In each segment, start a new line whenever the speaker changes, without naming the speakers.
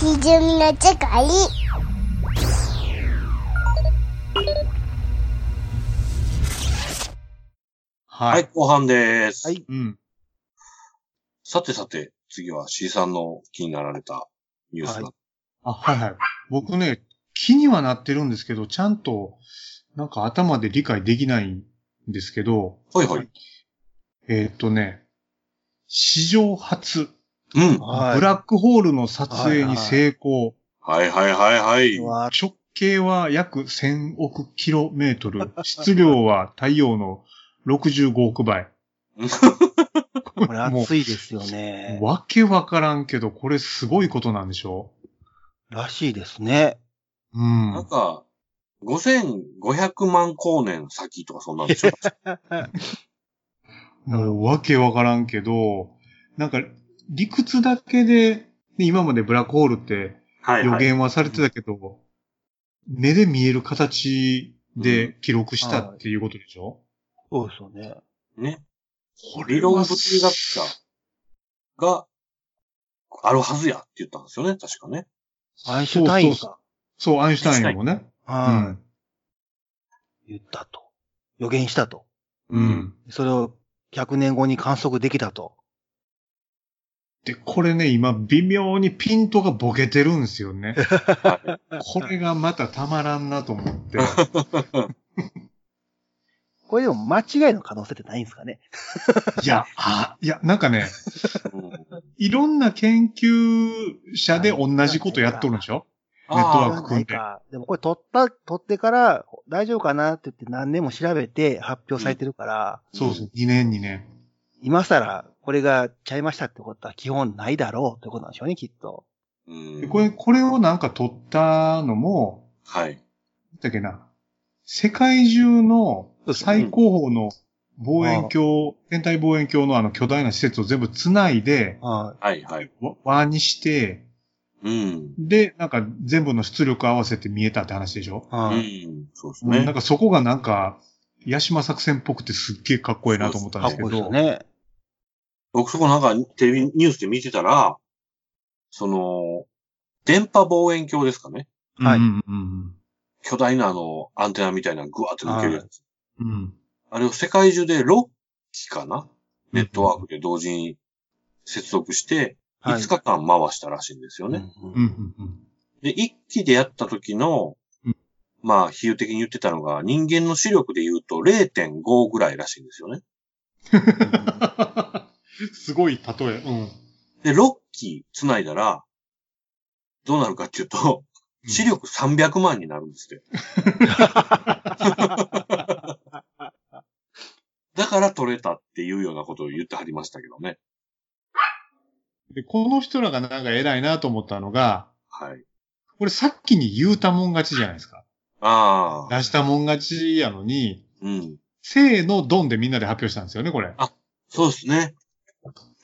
ひじゅみのちかい
は
はいい、。後半です。
はい。うん。
さてさて、次は C さんの気になられたニュースだ。
はあ、はいはい。僕ね、気にはなってるんですけど、ちゃんと、なんか頭で理解できないんですけど、
はい、はい、
えーっとね、史上初、
うん。
はい。
ブラックホールの撮影に成功。
はいはいはいはい。
うわ
直径は約1000億キロメートル。質量は太陽の65億倍。
これ
も
熱いですよね。
う、わけわからんけど、これすごいことなんでしょ
らしいですね。
ううん。
なんか、5500万光年先とかそんなんでしょ
もうわけわからんけど、なんか理屈だけで、で今までブラックホールって
は
予言 はされてたけど、目で見える形で記録したっていうことでしょ、
そうですよね。
ね。
こ
理
れ
論
は
物理学者が、あるはずやって言ったんですよね、確かね。
アインシュタイ
そ
ン
うそう
が、
そう、アインシュタインもね。う
は
ん。
い言ったと。予言したと。
うん。
それを100年後に観測できたと。
で、これね、今、微妙にピントがボケてるんですよ ね。これがまたたまらんなと思 って。
これでも間違いの可能性ってないんですかね。
いや、あ、いや、なんかね、
うん
いろんな研究者で同じことやっとるんでしょネットワーク
あ
組んで
なんかでもこれ取った、取ってから大丈夫かなって言って何年も調べて発表されてるから、
ー
そうそう、2年2年。
今更これがちゃいましたってことは基本ないだろうということなんでしょうね、きっと。
う
で
ん。
これ、これをなんか取ったのも、
はい。
なんだっけな、世界中の
そうですね
最高峰の望遠鏡、天体望遠鏡のあの巨大な施設を全部繋いで、
は
はいはい。
わ輪にして、
うん。
で、なんか全部の出力合わせて見えたって話でしょ
い。
う
はい。
ん。そうです
なん
ね。
かそこがなんか、八島作戦っぽくてすっげえかっこいいなと思ったん
か
です
っ
け
こいい
ど、
ですよね。
僕そこなんかテレビニュースで見てたら、その、電波望遠鏡ですかね。
はい
うんうん
巨大なあの、アンテナみたいなのグワーって抜けるやつ。
うんうん
あれを世界中で6機かな
うん
ネットワークで同時に接続して、
はい
5日間回したらしいんですよね。
うん
うんうんうん
で、1機でやった時の
うん、
まあ、比喩的に言ってたのが、人間の視力で言うと0.5ぐらいらしいんですよね。
すごい例え。うん。
で、6機繋いだら、どうなるかっていうと、
うん
視力300万になるんですって。 だから取れたっていうようなことを言ってはりましたけどね。
で、この人らがなんか偉いなと思ったのが、
はい。
これさっきに言うたもん勝ちじゃないですか。
ああ。
出したもん勝ちやのに、
うん。
せーのドンでみんなで発表したんですよね、これ。
そうですね。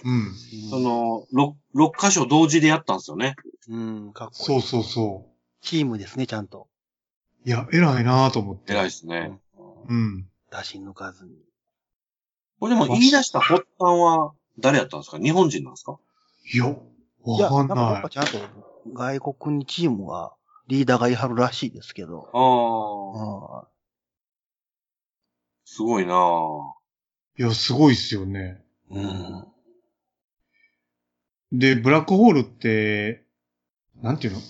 うん。
その、6、6箇所同時でやったんですよね。
うん、かっこいい。
そうそうそ
チームですね、ちゃんと。
う。いや、偉いなと思って。
偉いですね。
うん。
出し抜かずに。
これでも言い出した発端は誰やったんですか日本人なんですか
いや、
いや、
わか
なん
ん
か
な
や
い
っぱ。ちゃんと外国にチームはリーダーがいはるらしいですけど。
ああ、
ああ
すごいなあ
いや、すごいっすよね。
うん。
で、ブラックホールって、なんていうの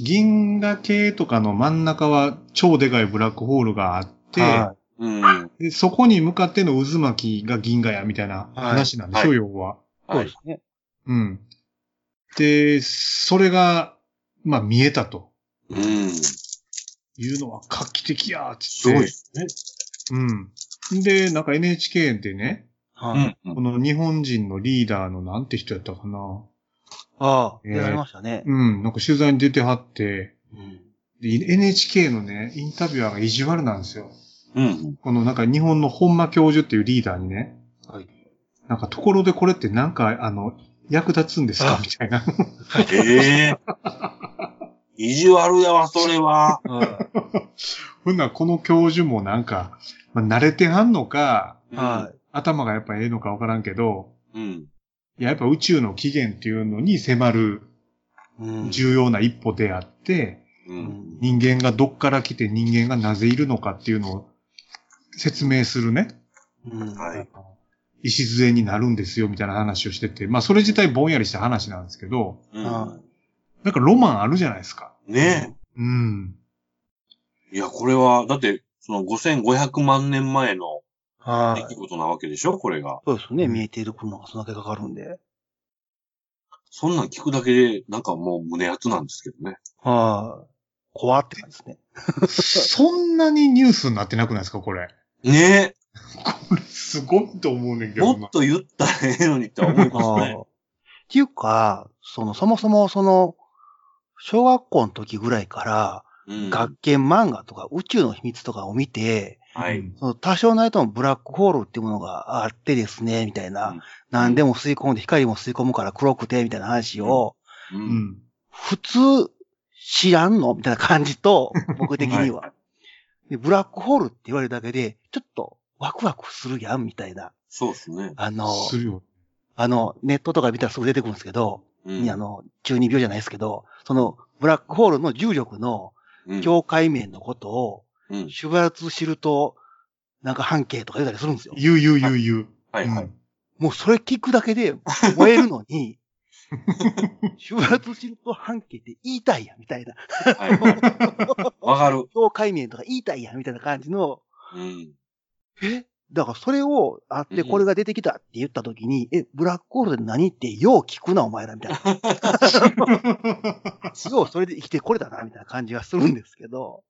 銀河系とかの真ん中は超でかいブラックホールがあって、
は
うん。
でそこに向かっての渦巻きが銀河やみたいな話なんでしょ、
はい
要は。
い、そう
は
で
い
す。ね。
うん。で、それが、まあ見えたと
うん。
いうのは画期的やーっつ
す
っ
ご
て。
いですね。
うん。で、なんか NHK でね、
はい、
うん。
この日本人のリーダーのなんて人やったかな。
ああ、
えー
やられましたね。
うん、なんか取材に出てはって、
うん。
で NHK のね、インタビュアーが意地悪なんですよ。
うん。
このなんか日本の本間教授っていうリーダーにね、
はい。
なんかところでこれってなんかあの、役立つんですか
あ
みたいな。
ええ意地悪やわ、それは。
は
ふんならこの教授もなんか、まあ、慣れてはんのか、
い。は
頭がやっぱええのかわからんけど、
い。うん。
いや、やっぱ宇宙の起源っていうのに迫る
うん。
重要な一歩であって、
う。
うんん
人間がどっから来て人間がなぜいるのかっていうのを説明するね、
うん
はい
礎になるんですよみたいな話をしてて、まあそれ自体ぼんやりした話なんですけど、
うん。
なんかロマンあるじゃないですか。
ね
うん。
え。いや、これは、だって、その5500万年前の
は
出来。
い
事なわけでしょこれが。
そうですね。見えているものがそのだけかかるんで。
そんなん聞くだけで、なんかもう胸熱なんですけどね。
はい。怖って感じですね。
そんなにニュースになってなくないですかこれ。
ね
これすごいと思うねんけ
え。
ど
も
な。
っと言ったらええのにって思います
は
ね
い。。っていうか、その、そもそも、その、小学校の時ぐらいから、
うん。
学研漫画とか宇宙の秘密とかを見て、
は
う
い。
ん
その多少なりともブラックホールっていうものがあってですね、みたいな。
うん
何でも吸い込んで、光も吸い込むから黒くて、みたいな話を、
う。
うんん。
普通知らんのみたいな感じと、僕的には。でブラックホールって言われるだけで、ちょっとワクワクするやん、みたいな。
そうですね。
あの、
するよ。
あの、ネットとか見たらすぐ出てくるんですけど、
う
あの、中二病じゃないですけど、その、ブラックホールの重力の
うん
境界面のことを、
うん。
シュバルツ知ると、なんか半径とか言うたりするんですよ。
言う言う言う言う。
はいはい。
もうそれ聞くだけで燃えるの に、シュバルツシルト半径って言いたいや、みたいな。
はいはい。わかる。
境界面とか言いたいや、みたいな感じの、
うん。
えだからそれをあっ
うんう
て
ん
これが出てきたって言った時に、え、ブラックホールで何ってよう聞くな、お前ら、み たいな。 ようそれで生きてこれたな、みたいな感じがするんですけど、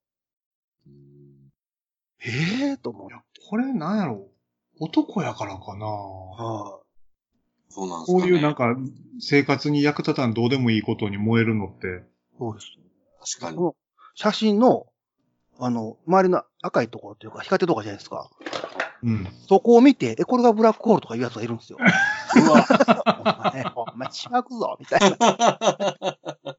ええー、と思うよ。
これなんやろ男やからかな
は
そうなんです
こ
か
う
ね。
いうなんか生活に役立たんどうでもいいことに燃えるのって。
い。そうです。
確かに。
写真の、あの、周りの赤いところというか、光ってるところじゃないですか。
うん。
そこを見て、え、これがブラックホールとかいうやつがいるんですよ。
うわ。
お前、お前、しまくぞ、みたいな。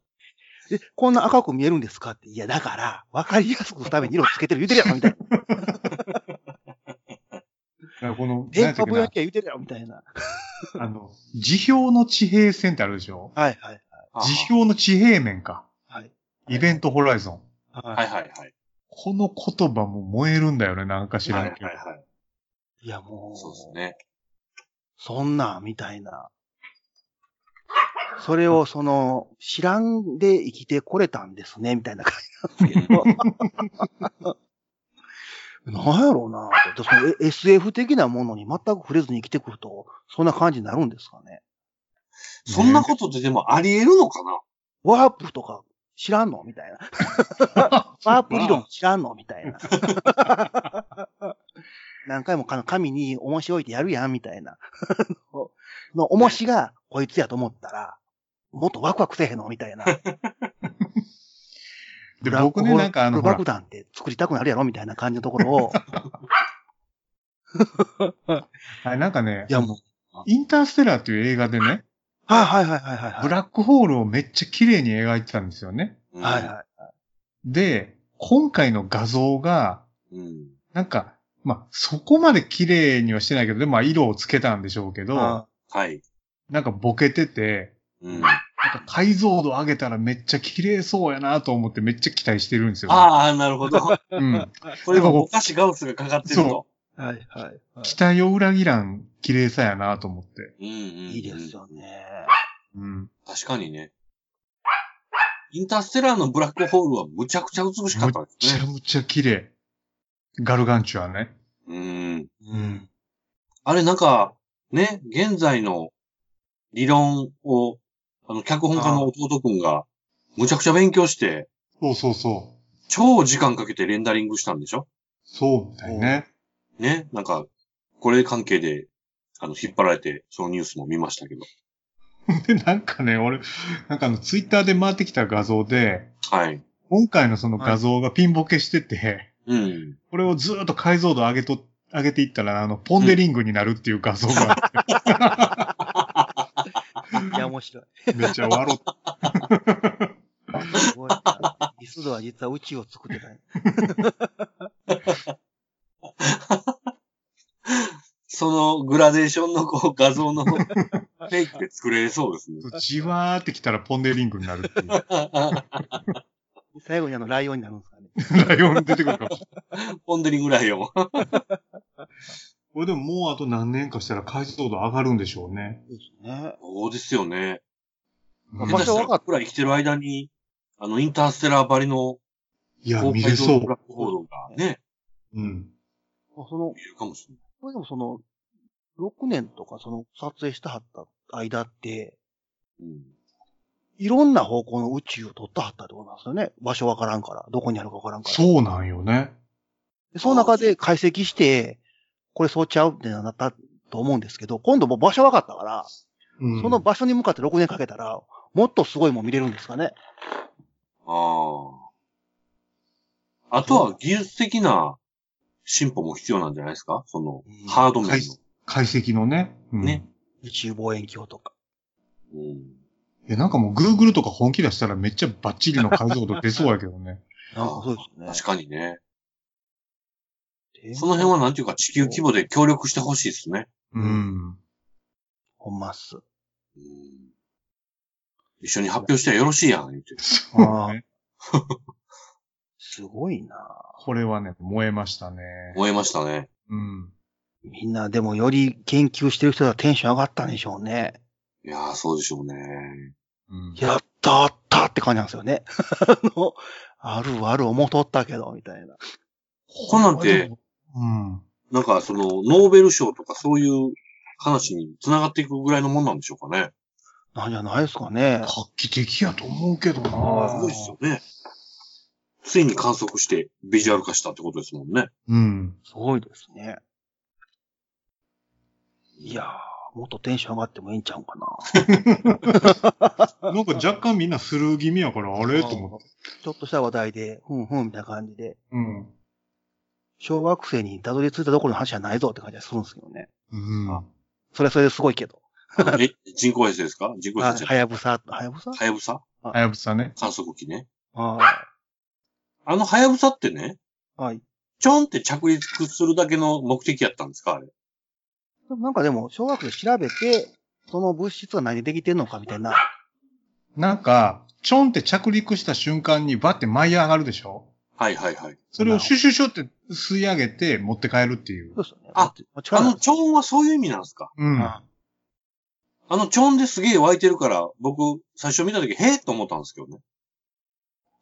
え、こんな赤く見えるんですかって。いや、だから、わかりやすくするために色つけてる言うてるやろ、みたい
だか
な。
らこの、何
電
やったっ
波
け
ぼや
な
きは言うてるやろ、みたいな。
あの、地表の地平線ってあるでしょ
はい、はい、
地表の地平面か。
はい。
イベントホライゾン。
は
はいはいはい。
この言葉も燃えるんだよね、なんか知ら
は
ん
い
けど。
はいはい。
い。いや、もう、
そうで すね。
そんな、みたいな。それを、その、知らんで生きてこれたんですね、みたいな感じなんですけど。なんやろうなぁと。そのえ SF 的なものに全く触れずに生きてくると、そんな感じになるんですかね。
そんなことってでもあり得るのかな
ワープとか知らんのみたいな。 ワープ理論知らんのみたいな。 何回もか神に面白いってやるやんみたいな。 の、面しがこいつやと思ったら、もっとワクワクせえへんのみたいな。
で、僕ね、なんかあの、ほら
爆、弾って作りたくなるやろみたいな感じのところ を。
はいなんかね
い、やもう。
インターステラーっていう映画でね、
はいはいはいはいはいはい。
ブラックホールをめっちゃ綺麗に描いてたんですよね。
うん
はいは
で、今回の画像が、
うん。
なんか、まあ、そこまで綺麗にはしてないけど、でもまあ、色をつけたんでしょうけ
い。
ど、
はい。
なんかボケてて、
うん。
なんか解像度上げたらめっちゃ綺麗そうやなと思ってめっちゃ期待してるんですよ、
ああ、なるほ ど。
うん。
これはお菓子ガウスがかかってると。
はいはいは
期待を裏切らん綺麗さやなと思って。
うんうんうん
い。いいです。よね。
うん。
確かにね。インターステラーのブラックホールはむちゃくちゃ美しか
む
っ
った
です
ちゃ
ね。
むちゃ綺麗。ガルガンチュアね。
うん。
うん。
あれなんか、ね、現在の理論を、あの、脚本家の弟くんが、むちゃくちゃ勉強して、
そうそうそう。
超時間かけてレンダリングしたんでしょ
そうみたいね。
ね、なんか、これ関係で、あの、引っ張られて、そのニュースも見ましたけど。
で、なんかね、俺、なんかあの、ツイッターで回ってきた画像で、
はい。
今回のその画像がピンボケしてて、
うん。
これをずーっと解像度上げと、上げていったら、あの、ポンデリングになるっていう画像があって、
いや面白い。
めっちゃ笑っ
すごいな。 リスドは実は宇宙を作ってた。
そのグラデーションのこう画像のフテイクで作れそうですね。
じわーってきたらポンデリングになるっていう。
最後にあの、ライオンになるんですかね。
ライオン出てくるかも。
ポンデリングライオン。
これでももうあと何年かしたら解像度上がるんでしょうね。
ね。
そうですよね。
まあ
下手した
場所
ら
分かっ
僕ら生きてる間に、あの、インターステラーばりの
いや、見れそ
ブラ
う。
ックホールがね、
うん。
その
見、えるかもしれない。
これでもその、6年とかその撮影してはった間って、
うん
いろんな方向の宇宙を撮ってはったってことなんですよね。場所わからんから、どこにあるかわからんから。
そうなんよね。
でその中で解析して、これそうちゃうってなったと思うんですけど、今度もう場所わかったから、
うん、
その場所に向かって6年かけたら、もっとすごいもん見れるんですかね。
ああ。あとは技術的な進歩も必要なんじゃないですかその
うん、
ハード面の。
解析のね。うん
ね。
宇宙望遠鏡とか。
うん
いや、なんかもう Google とか本気出したらめっちゃバッチリの解像度出そうやけどね。
なんかそうですね。
確かにね。
に
その辺はなんていうか地球規模で協力してほしいですね。
うん。
ほんまっす。
うん一緒に発表してよろしいやん、言うて。
あー
ね
すごいな
これはね、燃えましたね。
思いましたね。
うん。
みんなでもより研究してる人はテンション上がったんでしょうね。
いやー、そうでしょうね。
うん、
やったーったって感じなんですよね。 あの、あるある思うとったけど、みたいな。
こんなんて、
うん。
なんかその、ノーベル賞とかそういう話に繋がっていくぐらいのもんなんでしょうかね。
なんじゃないですかね。
画期的やと思うけど
あ
す
ー
な
ごいですよね。ついに観測してビジュアル化したってことですもんね。
うん。
すごいですね。いやー、もっとテンション上がってもいいんちゃうんかな。
なんか若干みんなスルー気味やから、あれと思って。
ちょっとした話題で、ふんふんみたいな感じで、
うん。
小学生にたどり着いたところの話じゃないぞって感じがするんですけどね。
うん。
それはそれですごいけど。
あのえ、 人工衛星ですか人工衛
あ
星じゃな。
はいやぶさ、はやぶさ
はやぶさ
はやぶさね。
観測機ね。
あ
あのはやぶさってね、
あ、はい。
ちょんって着陸するだけの目的やったんですかあれ。
でもなんかでも、小学生調べて、その物質は何でできてんのかみたいな。
なんか、ちょんって着陸した瞬間にバッて舞い上がるでしょ
はいはいはい。
それをシュシュシュって吸い上げて持って帰るっていう
そ。うですよね。
あ、
力
あ
なん
の
です
ちょんはそういう意味なんですか
うん。
あ
あのちょんですげえ湧いてるから、僕、最初見たとき、へえと思ったんですけどね。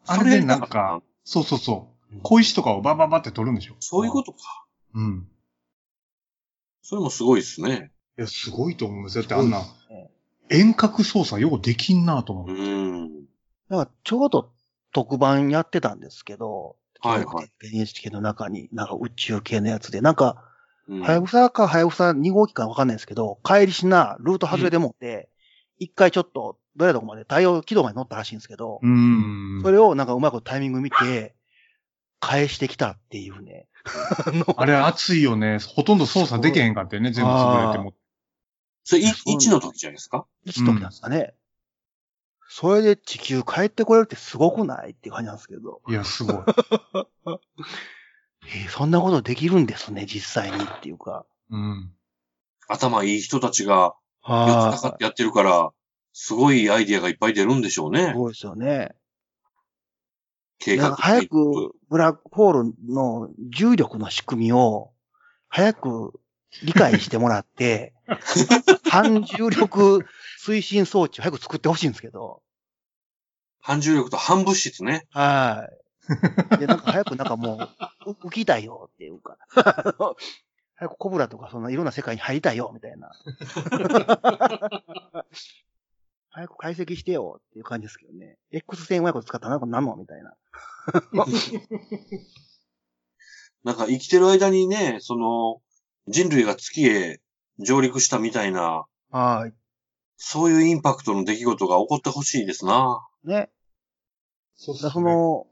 あれでなんか、そうそうそう。小石とかをバババって取るんでしょ
そういうことか。
うん。
それもすごいですね。
いや、すごいと思うんですよ。だってあんな
ごいですね、
遠隔操作ようできんなと
う
思う。
ーん。
なんかちょうど特番やってたんですけど、
はいはい。
NHK の中に、なんか宇宙系のやつで、なんか、
うん
はやぶさかはやぶさ2号機かわかんないですけど、帰りしな、ルート外れでもって、一、回ちょっと、どれどこまで太陽軌道まで乗ったらしいんですけど、
うん
それをなんかうまくタイミング見て、返してきたっていうね。あの
あれ熱いよね。ほとんど操作できへんかってね。全部潰れても。
それ、い一の時じゃないですか
一時なんですかね。それで地球帰ってこれるってすごくないっていう感じなんですけど。
いや、す ごい。
えーそんなことできるんですね、実際にっていうか。
うん。
頭いい人たちが、よく
あ
かってやってるから、すごいアイディアがいっぱい出るんでしょう
あ、
ね
す。ごいですよね。
計
なん
画
か早く、ブラックホールの重力の仕組みを、早く理解しても らって、反重力推進装置を早く作ってほしいんですけど。
反重力と反物質ね。
はい。で、なんか早くなんかもう、う浮きたいよっていうか、あの早くコブラとかそんないろんな世界に入りたいよみたいな。早く解析してよっていう感じですけどね。X 線うまいこと使ったらなんかなんのみたいな。
なんか生きてる間にね、その、人類が月へ上陸したみたいな、
はい。
そういうインパクトの出来事が起こってほしいですな。
ね。
そう
だからそ、の、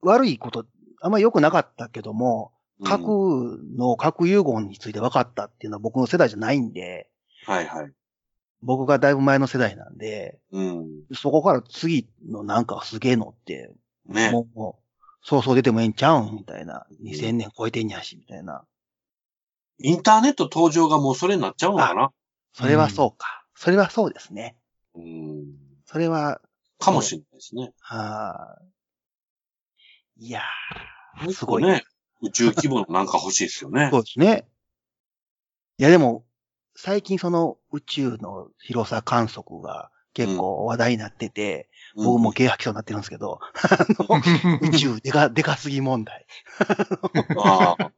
悪いこと、あんまり良くなかったけども、
うん
核の核融合について分かったっていうのは僕の世代じゃないんで、
はいはい。
僕がだいぶ前の世代なんで、
うん。
そこから次のなんかすげえのって、
ね。
もう、もうそうそう出てもええんちゃうんみたいな。2000年超えてんやし、みたいな。
インターネット登場がもうそれになっちゃうのかな
それはそうか。それはそうですね。
うん。
それは、
かもしれないですね。
あーいや
もう一
す
個
ごい
ね、宇宙規模のなんか欲しいですよね
ー、。そうですね。いや、でも、最近その宇宙の広さ観測が結構話題になってて、
うん
僕も軽吐きそうになってるんですけど、宇宙でか、でかすぎ問題。
ああ。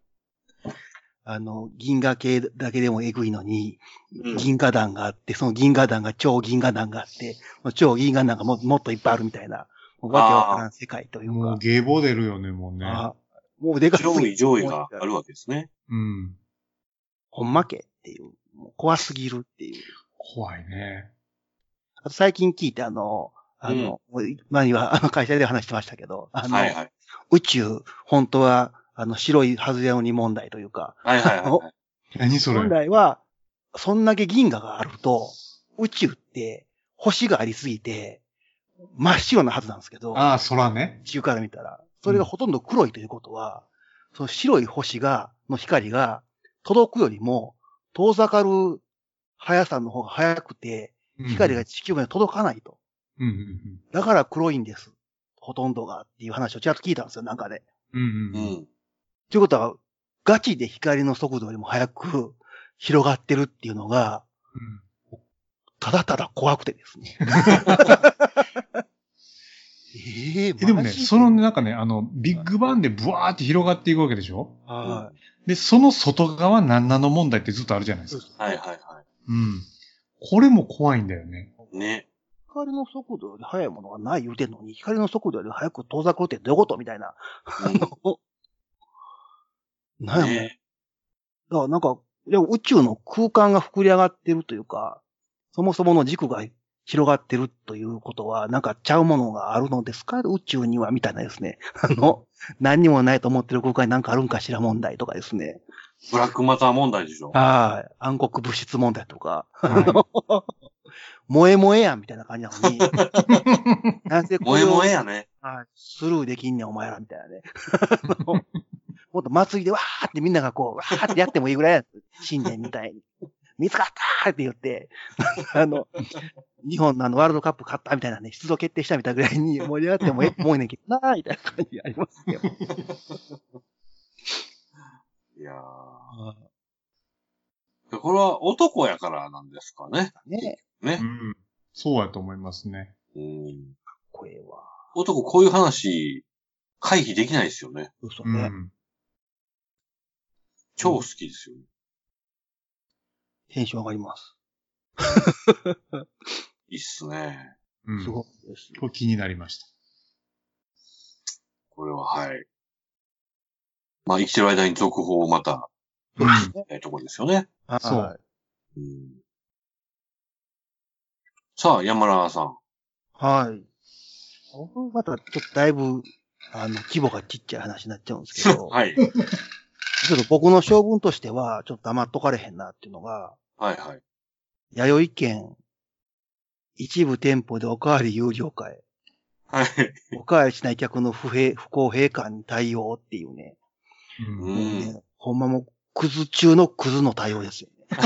あの、銀河系だけでもエグいのに、
うん
銀河団があって、その銀河団が超銀河団があって、もう超銀河団がももっといっぱいあるみたいな、もうわけわからん世界とい う
もう
か。
ゲーボ出るよね、もうね。
あもうでかすぎ
上位上位があるわけですね。
うん。
ほんまけっていう。もう怖すぎるっていう。
怖いね。
あと最近聞いてあの、あの、前にはあの会社で話してましたけど、あの、
はいはい。
宇宙、本当は、あの、白いはずやのに問題というか、
はいはいはいはい。
何それ
本来は、そんだけ銀河があると、宇宙って星がありすぎて、真っ白なはずなんですけど、
ああ、空ね。
地球から見たら、それがほとんど黒いということは、その白い星が、の光が、届くよりも、遠ざかる速さの方が速くて、
うん
光が。地球まで届かないと。
うんうん
だから黒いんです。ほとんどがっていう話をちらっと聞いたんですよ、なんかで。
うん。うん
う
うんうん。
ん。
ということは、ガチで光の速度よりも速く広がってるっていうのが、ただただ怖くてで すね。 ええ
えでもね、
マジ
その、なんかね、あの、ビッグバンでブワーって広がっていくわけでしょ
は
で、その外側何なの問題ってずっとあるじゃないですか。
はいはいは
うん。これも怖いんだよね。
い。ね。
い。光の速度より速いものがない言うてんのに、光の速度より速く遠ざかるってどういうことみたいな。
うん
なんやもん。
ね
だからなんか、でも宇宙の空間が膨れ上がってるというか、そもそもの軸が広がってるということは、なんかちゃうものがあるのですか宇宙にはみたいなですね。 あの、何にもないと思ってる空間になんかあるんかしら問題とかですね。
ブラックマター問題でしょ。
はい。暗黒物質問題とか、
は
萌え萌えやんみたいな感じなのに、 なんでこ
萌え
れを
萌えやね。
はいスルーできんねんお前らみたいなね。 あのもっと祭りでわーってみんながこう、わーってやってもいいぐらいや新年みたいに。見つかったーって言って、 あの、日本のあのワールドカップ勝ったみたいなね、出場決定したみたいぐらいに盛り上がって もええもうねんけどなーみたいな感じありますよ。
いやーこれは男やからなんですかね。
ね
い。う
ね。
ん。そうやと思いますね。
うん、
声は。
男こういう話、回避できないですよね。
嘘
う
ね。
ん。
超好きですよね。
テンション上がります。
いいっすね。
うん。
すごいです。
これ気になりました。
これははい。まあ生きてる間に続報をまた、
うん
見たいところですよね。
そう
はい
うん、さあ、山田さん。
はい。これまたちょっとだいぶ、あの、規模がちっちゃい話になっちゃうんですけ ど、
はい。
ちょっと僕の将軍としては、ちょっと黙っとかれへんなっていうのが、
はいはい。
弥生県、一部店舗でおかわり有料会、
はい。
おかわりしない客の不平、不公平感に対応っていうね、
う
うん
もうね
ん。
ほんまもう、クズ中のクズの対応ですよ ね。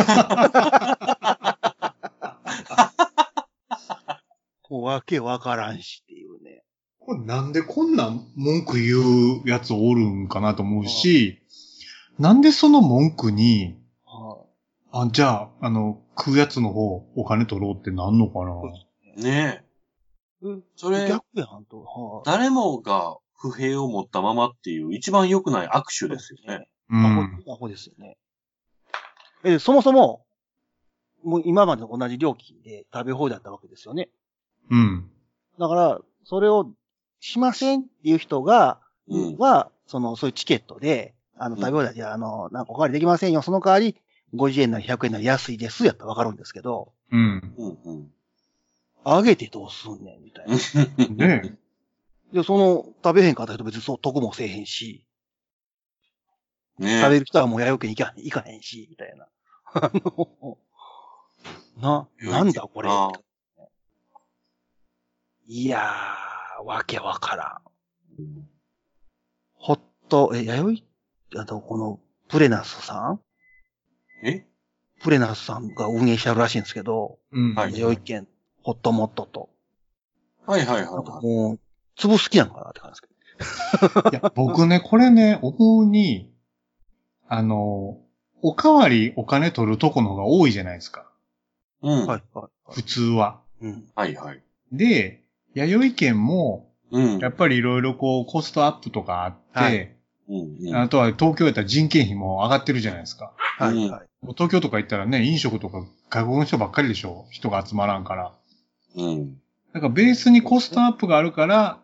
もうわけわからんしっていうね。
これなんでこんなん文句言うやつおるんかなと思うし、なんでその文句に、
は
あ、じゃあ、あの、食うやつの方、お金取ろうってなんのかな
ねえ。そ
い
れ、
逆やんと。は
誰もが不平を持ったままっていう一番良くない握手ですよね。
う
アホ
ん。
アホですよね。え、そもそも、もう今までと同じ料金で食べ放題だったわけですよね。
うん。
だから、それをしませんっていう人が、
うん
は、その、そういうチケットで、あの、
うん
食べ放題じゃ、あの、なんかお代わりできませんよ。その代わり、50円なり100円なり安いです、やったらわかるんですけど、
うん。
うんうん。
上げてどうすんねん、みたいな。
ねえ
で、その、食べへんかった人別にそう、得もせえへんし、食べ
ね
る人はもう弥生県行かへん、行かへんし、みたいな。あの、 な、なんだこれ
あ。
いやー、わけわからん。ほっと、え、弥生あと、この、プレナスさん
え
プレナスさんが運営してあるらしいんですけど、
うん。
はい
良い県、ホットモットと。
はいはいはい
なんか
は
もう、粒好きなんかなって感じですけど。
いや、僕ね、これね、思うに、あの、おかわりお金取るとこの方が多いじゃないですか。
い。うん。はい
は、はい、は
普通は。
い。うん。
いはい。
で、弥生県も、
うん。
やっぱりいろいろこう、コストアップとかあって、
は
うんうん
あとは東京やったら人件費も上がってるじゃないですか。
はい、はい。
もう東京とか行ったらね、飲食とか外国の人ばっかりでしょ。人が集まらんから。
うん。
なんかベースにコストアップがあるから、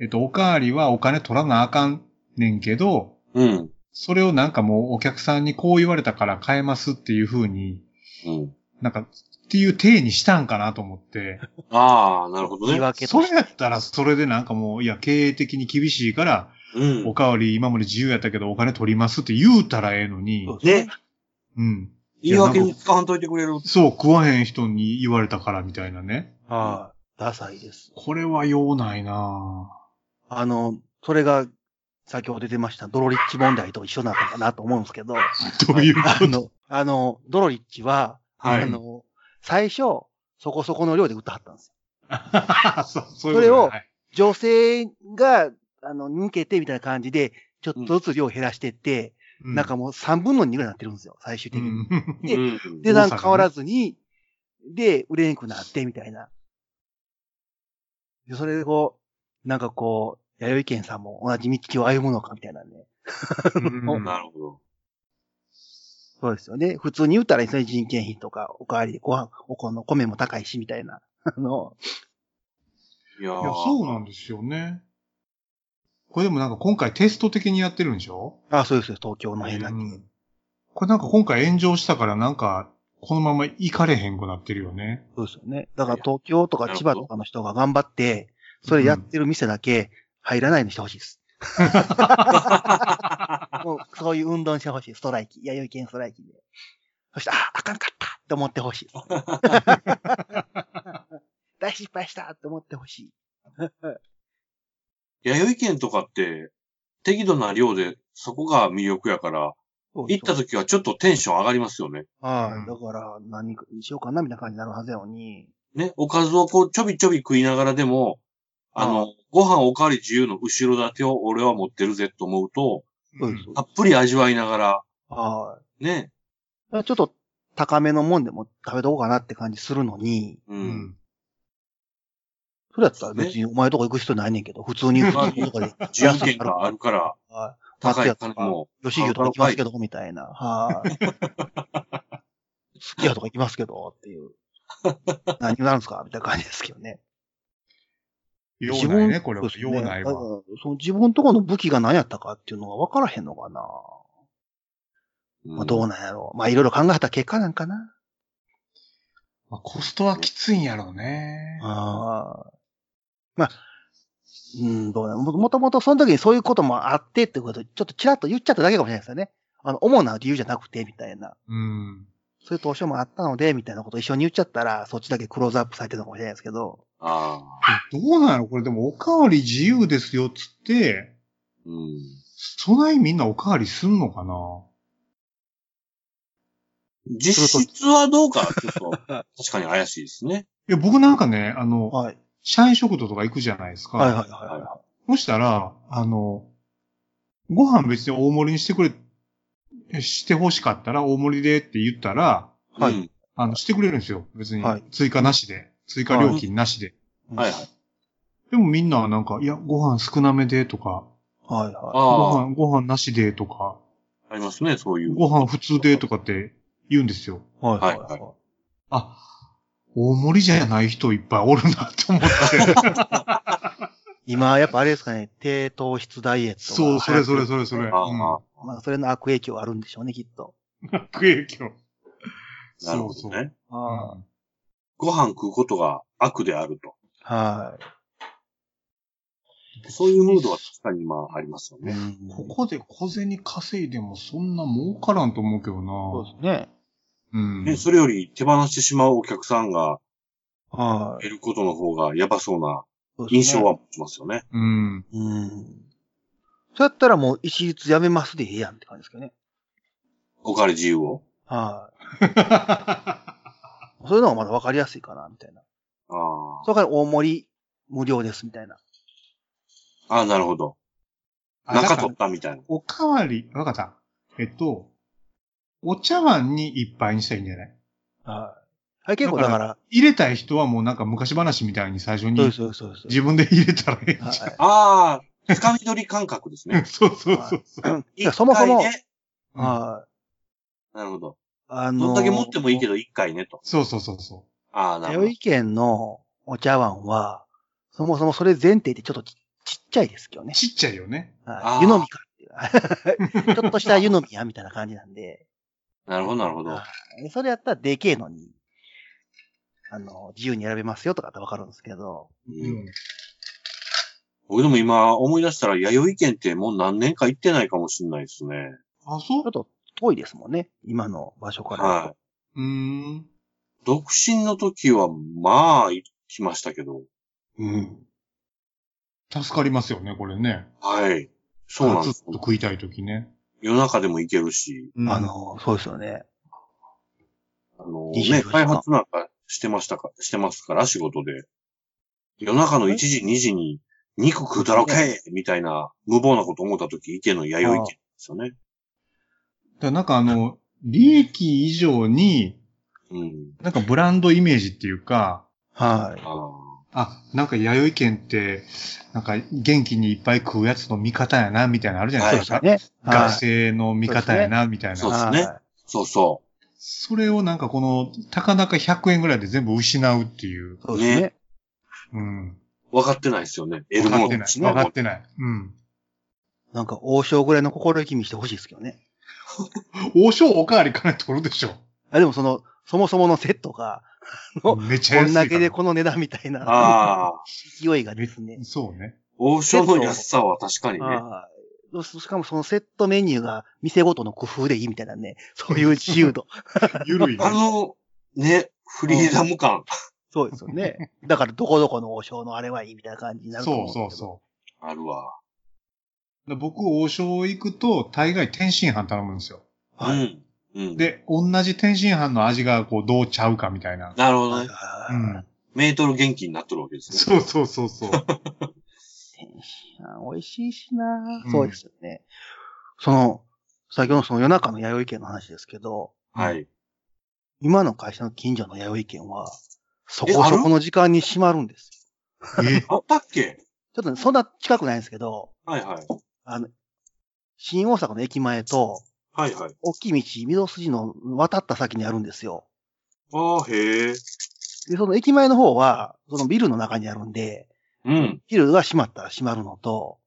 えっと、おかわりはお金取らなあかんねんけど、
うん。
それをなんかもうお客さんにこう言われたから変えますっていう風に、
うん。
なんか、っていう体にしたんかなと思って。
ああ、なるほど
言い
ね。
訳
そ
と
れやったらそれでなんかもう、いや、経営的に厳しいから、
うん
お。かわり今まで自由やったけどお金取りますって言うたらええのに、
ね。
うん。
言い訳に使わんといてくれる。
そう、食わへん人に言われたからみたいなね。
はい。ダサいです。
これは用ないなぁ。
あの、それが、先ほど出てました、ドロリッチ問題と一緒なのかなと思うんですけど、
どういうこ
あ
と
の、あの、ドロリッチは、
はい
あの、最初、そこそこの量で打ってはったんですよ。
そうそ
それを
はい
女性が、あの、抜けてみたいな感じで、ちょっとずつ量を減らしてって、
うん
なんかもう3分の2ぐらいになってるんですよ、最終
う
的に。
ん。
で
うん
で、
多さが
な
ね
んか変わらずに、で、売れなくなって、みたいな。で、それでこう、なんかこう、弥生県さんも同じ道を歩むのか、みたいなね。
うん
なるほど。
そうですよね。普通に言ったらいいですね、人件費とか、おかわりでご飯、おこの米も高いし、みたいな。 あの、
いや
いや、そう
ー
なんですよね。これでもなんか今回テスト的にやってるんでしょ
あ、そうですよ、東京の辺だけ。
うんこれなんか今回炎上したからなんか、このまま行かれへんくなってるよね。
そうですよね。だから東京とか千葉とかの人が頑張って、それやってる店だけ入らないようにしてほしいです。もうそういう運動にしてほしい。ストライキ。弥生県ストライキで。そして、あ、あかんかったって思ってほしいです。大失敗したって思ってほしい。
弥生県とかって、適度な量で、そこが魅力やから、
そう
行った
そう
時はちょっとテンション上がりますよね。
は
うん
い。だから、何にしようかなみたいな感じになるはずやのに。
ね、おかずをこう、ちょびちょび食いながらでも、あの、ご飯おかわり自由の後ろ盾を俺は持ってるぜと思うと、
そうです。
たっぷり味わいながら、
は
ね、
い。ちょっと高めのもんでも食べとこうかなって感じするのに、
う。
うんん。
それやったら別にお前とこ行く必要ないねんけど、普通に普通のとこで。
自由権があるから、
はい
高い金も。
吉牛とか行きますけど、みたいな。 はい。すき家とか行きますけど、っていう。何になるんですかみたいな感じですけどね。
用ないね、これは。
そうです
用
ね
ない
だ
わ
から。その自分とこの武器が何やったかっていうのが分からへんのかな。まあ、どうなんやろう。まあ、いろいろ考えた結果なんかな。
まあコストはきついんやろうね。
ああ。まあ、うん、どうなんももともとその時にそういうこともあってってこと、ちょっとちらっと言っちゃっただけかもしれないですよね。あの、主な理由じゃなくて、みたいな。
うん。
そういう投資もあったので、みたいなことを一緒に言っちゃったら、そっちだけクローズアップされてるのかもしれないですけど。
ああ。
どうなのこれでもおかわり自由ですよっつって、
うん。
そないみんなおかわりすんのかな
実質はどうか、ちょっと、確かに怪しいですね。
いや、僕なんかね、あの、
はい。
社員食堂とか行くじゃないですか。
はいはいはいは
そしたら、あの、ご飯別に大盛りにしてくれえ、して欲しかったら大盛りでって言ったら、
はい
うん
あの、してくれるんですよ。別に
はい。
追加なしで。追加料金なしで。
い。
はい
は
はいい。
でもみんなはなんか、いや、ご飯少なめでとか、
はい
あ
は
ご
あ、
飯、ご飯なしでとか、
ありますね、そういう。
ご飯普通でとかって言うんですよ。
い。はいはい
はいはい
は
あ、大盛りじゃない人いっぱいおるなって 思って。
い。今、やっぱあれですかね、低糖質ダイエットが。
そう、それそれそれそれ。
ああああ
れ。まあ、それの悪影響あるんでしょうね、きっと。
うん悪影響。
なるほど
そうそう
ね。
あ
ご飯食うことが悪であると。
あ。は
そういうムードは確かに今ありますよ
い。
ね。
ここで小銭稼いでもそんな儲からんと思うけど
そう
な。
ですね。
うん。
ね、それより手放してしまうお客さんが
は。
減ることの方がやばそうない印象は
そう
持ちますよね。
うん。
ですね。うん。そうやったらもう一律やめますでええやんって感じですけどね。
おかわり自由を。
はい、そういうのがまだわかりやすいかな、みたいな。
あ
それから大盛り無料です、みたいな。
あ。ああ、なるほど。
あだか
中
ら
取ったみたいな。
おかわり、わかった。えっと、お茶碗にいっぱいにしたらいいんじゃない
はい、はい、結構だから、
入れたい人はもうなんか昔話みたいに最初
そうで
に
す、そうです、そうです。
自分で入れたらええんちゃ
はい
ああ、掴み取り感覚ですね
う。。 そうそうそうそう。
うんいやそもそも
一、回ね
はい
なるほど。
あの
どんだけ持ってもいいけど、一回ねと。
そうそうそうそ
ああ、なるほど
弥生。県のお茶碗は、そもそもそれ前提でちょっとちちっちゃいですけど
う。
ね。
ちっちゃいよね。
あ
は
ー
い湯飲みかっていう。ち ょっとした湯飲みやみたいな感じなんで、
なるほど、なるほど。
それやったらでけえのに、あの、自由に選べますよとかってわかるんですけど、
うん僕でも今思い出したら、弥生県ってもう何年か行ってないかもしれないですね。
あ、そ
ちょっ
う
と遠いですもんね、今の場所から。
は
うーん。
い。独身の時は、まあ、行きましたけど。
うん。助かりますよね、これね。
はい。そうなんで
ず
す
っと。食いたいときね。
夜中でも行けるし、
あ、の、そうですよね。
あの、
いいじゃない
ね
です、か
開発なんかしてましたか、してますから、仕事で。夜中の1時、2時に、肉食うたろけみたいな、無謀なこと思った時、池の弥生県ですよね。
だからなんかあの、利益以上に、
うん。
なんかブランドイメージっていうか、
はい。
あ
あ、なんか弥生県って、なんか元気にいっぱい食うやつの味方やな、みたいなのあるじゃない
そう
で
ですす
か。
よね。
学
はい
生の味方やな、みたいな。
そうですね
はい
そうそ
それをなんかこの、たかなか100円ぐらいで全部失うっていう。
そうですね。
うん。
う。分かってないですよね。
分
得るも
か
の
ってない。
失うも
分
の
かってない。うん。
なんか、王将ぐらいの心意気にしてほしいですけどね。
王将おかわり金取るでしょ。
あ、でもその、そもそものセットが、お
めっちゃ
こ
安い
ん
から。
だけでこの値段みたいな
ああ、
勢いがですね。
そうね。
王将の安さは確かにね。
はいししかもそのセットメニューが店ごとの工夫でいいみたいなね。そういう自由度。
ゆるい、
あの、ね、フリーダム感。
そうですよね。だからどこどこの王将のあれはいいみたいな感じになると思
そう
んです
そう
う。
そ
あるわ。
う。だから僕、王将行くと、大概天津飯頼むんですよ。
はい
うん。うん。
で、同じ天津飯の味がこう、どうちゃうかみたいな。
なるほどね。
は
う
い
ん。
メートル元気になっとるわけですね。
そうそうそうそう。
天津飯美味しいしな、
うん
そうですよね。その、先ほどのその夜中の弥生県の話ですけど、
はい。
今の会社の近所の弥生県は、そ
え
こ
ある
そこの時間に閉まるんですよ。
え、
あったっけ
ちょっとね、そんな近くないんですけど、
はいはい。
あの、新大阪の駅前と、
はいはい。
大きい道、御堂筋の渡った先にあるんですよ。
ああ、へえ。
で、その駅前の方は、そのビルの中にあるんで、
うん。
ビルが閉まったら閉まるのと、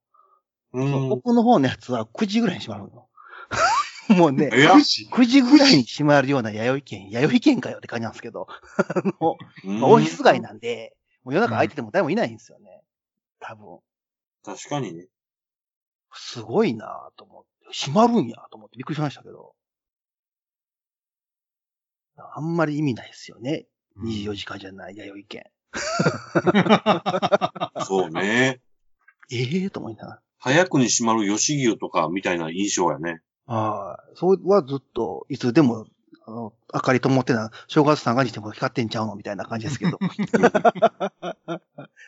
うん。
奥の方のやつは9時ぐらいに閉まるの。 もうね、
えや
9時
9時ぐらいに閉まるような弥生県、弥生県かよって感じなんですけど、あの、まあオフィス街なんで、もう夜中空いてても誰もいないんですよね。多分。
確かにね。
すごいなぁと思って、閉まるんやと思ってびっくりしましたけど。あんまり意味ないですよね。24時間じゃない弥生県。
そうね。
ええー、と思いなが
早くに閉まる吉牛とかみたいな印象やね。
ら。はい。それはずっと、いつでも、あの、明かり灯ってな、正月三が日でも光ってんちゃうのみたいな感じですけど。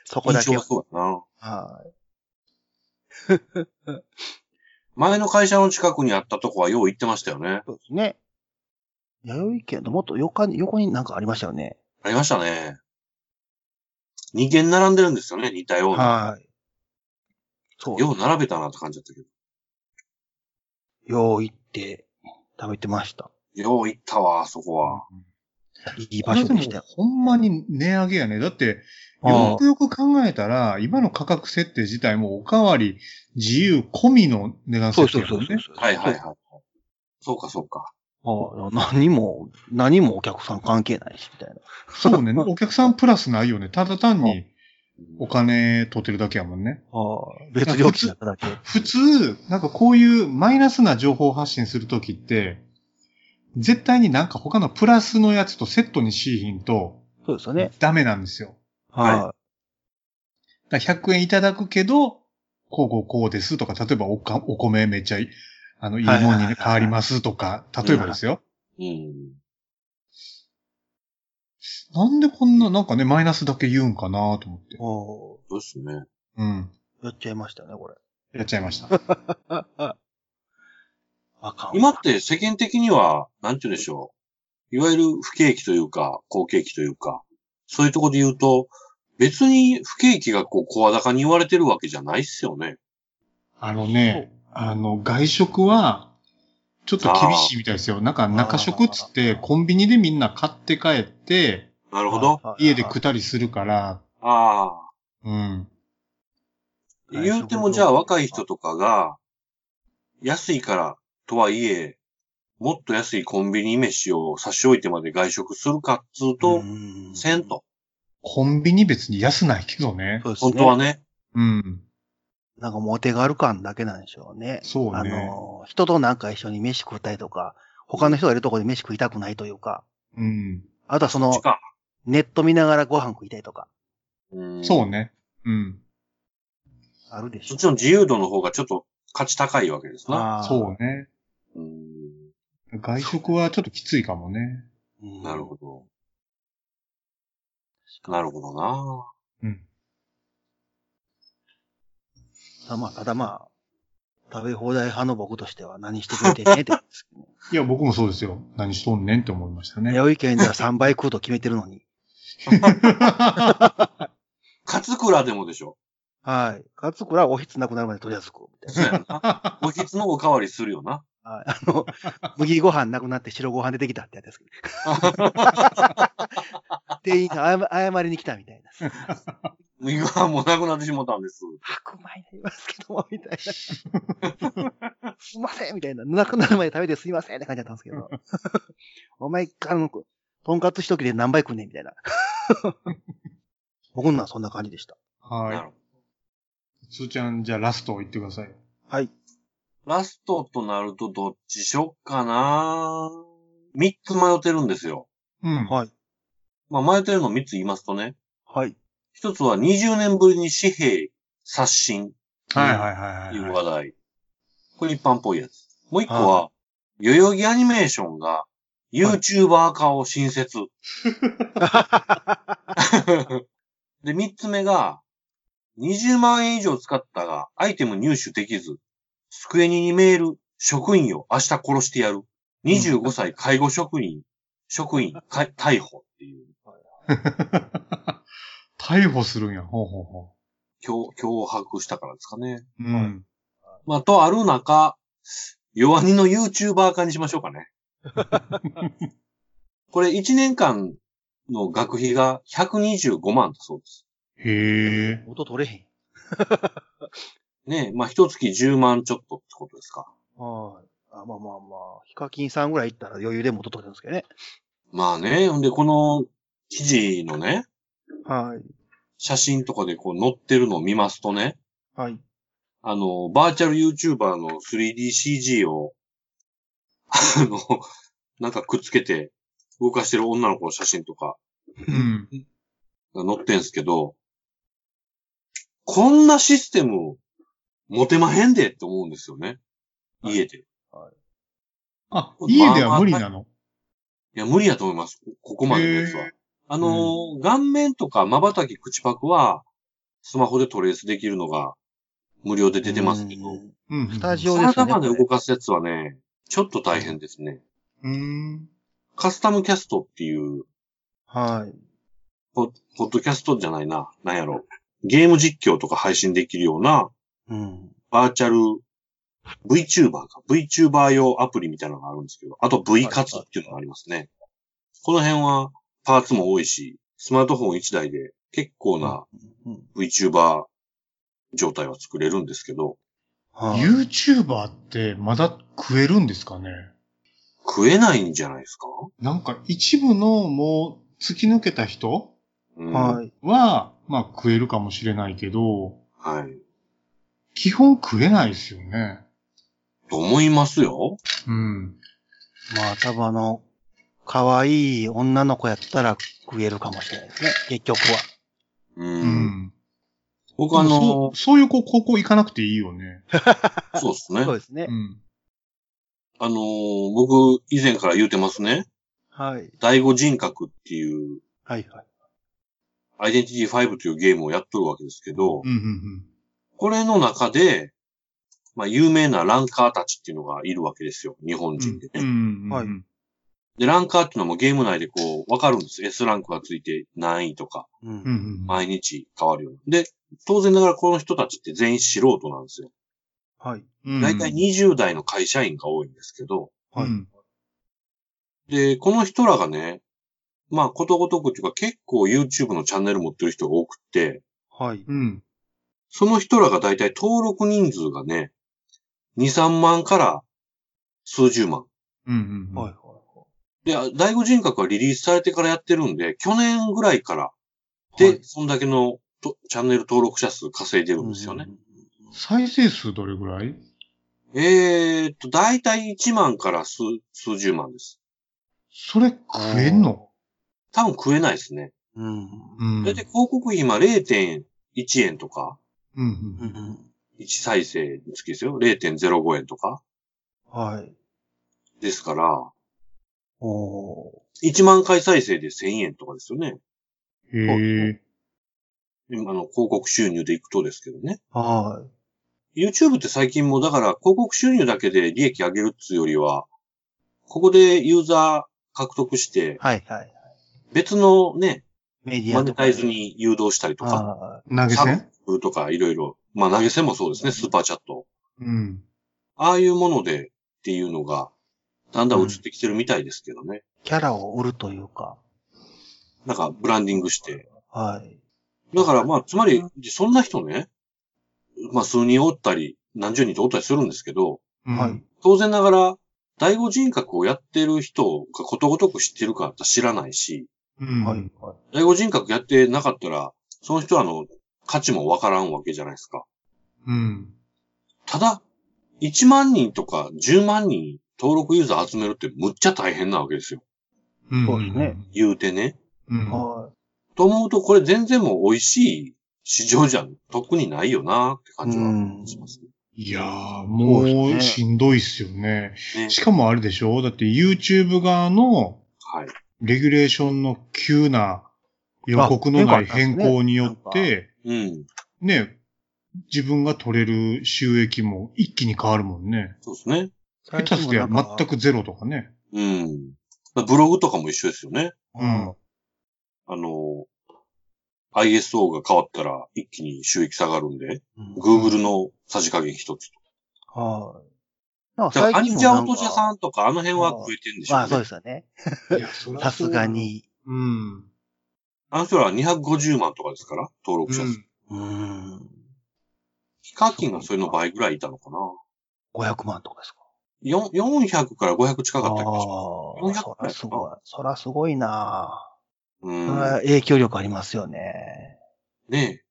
そこだ
印象
けは
は。そうやな。
はい。
前の会社の近くにあったとこはよう行ってましたよね。
そうですね。弥生県のもっと横に、横になんかありましたよね。
ありましたね。2軒並んでるんですよね、似たような。
はい。そうです
よう並べたなって感じだったけど。
よう行って食べてました。
よう行ったわ、そこは。
いい
こ
場
れ
所
で
でした
も
よ。
ほんまに値上げやね。だって、
あ
よくよく考えたら、今の価格設定自体もおかわり自由込みの値段
そう
設定
そう
やも
そうんそう
ね。
そう。
はいはいはい。そうかそうか。
ああ何も、何もお客さん関係ないし、みたいな。
そうね。お客さんプラスないよね。ただ単にお金取ってるだけやもんね。
ああ別料金だった だけ。
普通、なんかこういうマイナスな情報発信するときって、絶対になんか他のプラスのやつとセットにしひんと、
そうですよね。
ダメなんですよ。
はい
は
だから100円いただくけど、こうこうこうですとか、例えばおかお米めっちゃい、あの、いいもんに
はいはいはいはい
ね変わりますとか、例えばですよ。
うん。
なんでこんな、なんかね、マイナスだけ言うんかなと思って。
おー
そうですね。
うん。
やっちゃいましたね、これ。
やっちゃいました。
あかん。
今って世間的には、なんて言うんでしょう。いわゆる不景気というか、好景気というか、そういうところで言うと、別に不景気がこう、声高に言われてるわけじゃないっすよね。
あのね、あの、外食は、ちょっと厳しいみたいですよ。なんか中食っつって、コンビニでみんな買って帰って、
なるほど。
はいはいはい
家で食ったりするから、
ああ。
うん。
言うてもじゃあ若い人とかが、安いからとはいえ、もっと安いコンビニ飯を差し置いてまで外食するかっつうと、
うん
せんと。
コンビニ別に安ないけどね。
そうですね。
本当はね。
うん。
なんかもうお手軽感だけなんでしょうね。
そうね。
あの、人となんか一緒に飯食ったりとか、他の人がいるところで飯食いたくないというか、
うん。
あとはそ
こ
の
っち、か
ネット見ながらご飯食いたいとか、
うん
そうね。うん。
あるでし
そ
ょ
っちの自由度の方がちょっと価値高いわけですな。
あー
そうね。
うん
外食はちょっときついかもね。
うん
なるほど。なるほどな。
うん。
ただまあ、ただまあ、食べ放題派の僕としては何してくれてんねって。
いや、僕もそうですよ。何しとんねんって思いましたね。
弥生県では3倍食うと決めてるのに。
カツクラでもでしょ。
はい。カツクラはおひつなくなるまでとりあえず食うみたい
そうやんな おひつのおかわりするよな。
な。はい。あの、麦ご飯なくなって白ご飯出てきたってやつですけど。店員が謝謝りに来たみたいな。
麦飯もなくなってしもたんです。
白米になりますけども、みたいな。すいません、みたいな。なくなるまで食べてすいませんって感じだったんですけど。お前、あの、とんかつ一切れ何倍食うねん、みたいな。僕のはそんな感じでした。
なる
は
ほ
い。つーちゃん、じゃあラスト言ってください。
はい。
どラストとなるとどっちしよっかな。三つ迷ってるんですよ。
うん。
はい。
まあ迷ってるの三つ言いますとね。
はい。
一つは20年ぶりに紙幣刷新
はいはいはいいうはい。
話題。これ一般っぽいやつ。もう一個は、代々木アニメーションが YouTuber 化を新設。で、三つ目が、20万円以上使ったがアイテム入手できず、机ににメール、職員を明日殺してやる。25歳介護職員、職員、か逮捕っていう、
逮捕するんや。ほうほうほ
脅脅迫したからですかね。
う。うん。
まあ、とある中、弱荷の YouTuber 化にしましょうかね。これ1年間の学費が125万だそうです。
へえ。
音取れへん。
ねえまあ、一月10万ちょっとってことですか。
はい。あまあまあまあ、ヒカキンさんぐらい行ったら余裕で元取れるんですけどね。
まあね、ほんでこの記事のね、
はい。
写真とかでこう載ってるのを見ますとね、
はい。
あの、バーチャル YouTuber の 3DCG を、あの、なんかくっつけて動かしてる女の子の写真とか、
うん。
が載ってんすけど、こんなシステム持てまへんでって思うんですよね。
はい
家で。い、
あ、家では無理なの
や、無理やと思います。こここまでのやつ
へ
は
ー。
あのー顔面とか瞬き口パクは、スマホでトレースできるのが無料で出てますけど、
うん
うん。
スタジオですね。
体まで
これ
動かすやつはね、ちょっと大変ですね。
うん。
カスタムキャストっていう、
はい。
ポッポッドキャストじゃないな、なんやろ。ゲーム実況とか配信できるような、
うん。
バーチャル VTuber か。VTuber 用アプリみたいなのがあるんですけど、あと V 活っていうのがありますね。この辺はパーツも多いし、スマートフォン1台で結構な
うん、
VTuber 状態は作れるんですけど、
はい。
YouTuber ってまだ食えるんですかね
食えないんじゃないですか、
なんか一部のもう突き抜けた人
うん、。
はいい。
は、まあ食えるかもしれないけど、
はい。
基本食えないですよね。
と思いますよ。
うん。
まあ、多分あの、可愛い女の子やったら食えるかもしれないですね。結局は。
うん。
うん。
僕あの、
そうそういう子、高校行かなくていいよね。
そうですね。
そうですね
う。ん。
あのー僕、以前から言うてますね。
はい。
第五人格っていう、
はいはい。
アイデンティティ5というゲームをやっとるわけですけど、
うんうんうん。
これの中で、まあ、有名なランカーたちっていうのがいるわけですよ。日本人でね。
うんうんうん。
はい
で、ランカーっていうのもゲーム内でこう、わかるんです。S ランクがついて何位とか、
う。
うんんうん。
毎日変わるような。で、当然ながらこの人たちって全員素人なんですよ。
はい。
うん
だいたい20代の会社員が多いんですけど、
はい
うん
で、この人らがね、まあ、ことごとくっていうか結構 YouTube のチャンネル持ってる人が多くって、
はい。
うん。
その人らがだいたい登録人数がね、2、3万から数十万。
うんうん。
はい。
で、第五人格はリリースされてからやってるんで、去年ぐらいから、で、
はい
そんだけのとチャンネル登録者数稼いでるんですよね。
うん。
再生数どれぐらい
えーっと、だいたい1万から数、数十万です。
それ食えんの
多分食えないですね。
うん。
うん。
だいたい広告費今0.1円とか、
うん
う
うんん。
うん
1再生につきですよ。0.05円とか。
はい。
ですから、
おー。
1万回再生で1000円とかですよね。
へえ。
今の広告収入でいくとですけどね。
は
YouTube って最近もだから広告収入だけで利益上げるっつうよりは、ここでユーザー獲得し
い。
て、
はいはい。
別のね、
メディ
マ
ア
ネ
とか。
タイズに誘導したりとか、
は
投げ銭
サブとかいろいろ、まあ投げ銭もそうですね、スーパーチャット。
うん。
ああいうものでっていうのが、だんだん移ってきてるみたいですけどね。
い。キャラを売るというか。
なんかブランディングして。
はい。
だからまあ、つまり、そんな人ね、まあ数人おったり、何十人とおったりするんですけど、
うん
はい。
当然ながら、第五人格をやってる人がことごとく知ってるかって知らないし、
うん。
は
はいい。。
はい
第五人格やってなかったら、その人らの価値もわからんわけじゃないですか。
うん。
ただ、1万人とか10万人登録ユーザー集めるってむっちゃ大変なわけですよ。
うん。
そうですね
言うてね。
うん。
は
と思うと、これ全然もう美味しい市場じゃ特にないよなって感じはしますね。
いやー、
そうです
も
ね
うしんどいっすよね。
ね
しかもあれでしょだって YouTube 側の
はい。
レギュレーションの急な予告のない
あ
変
変化あったんですね
更によって、
うん。
ね、自分が取れる収益も一気に変わるもんね。
そうですね。
い。
下手すりゃ全くゼロとかね。
うん。ブログとかも一緒ですよね。
うん。
あの、ISO が変わったら一気に収益下がるんで、
うん。
Google のさじ加減一つと。
はい。なんか
だからアニジャ
な
オ
ん
ト
か
ジャさんとかあの辺は食えてんでしょう
ま
ね。
あそうですよね。
いやそりゃ
さ
そ
す
う
が。に。
うん。
あの人らは250万とかですから、登録者数。
うーん。
ヒカキンがそれの倍ぐらいいたのかな。
500万とかですか。
よん400から500近かった気がしま
ああ、そらすごい。そらすごいな
す
ぁ。
う
そら
ん。
影響力ありますよね。
ねえ。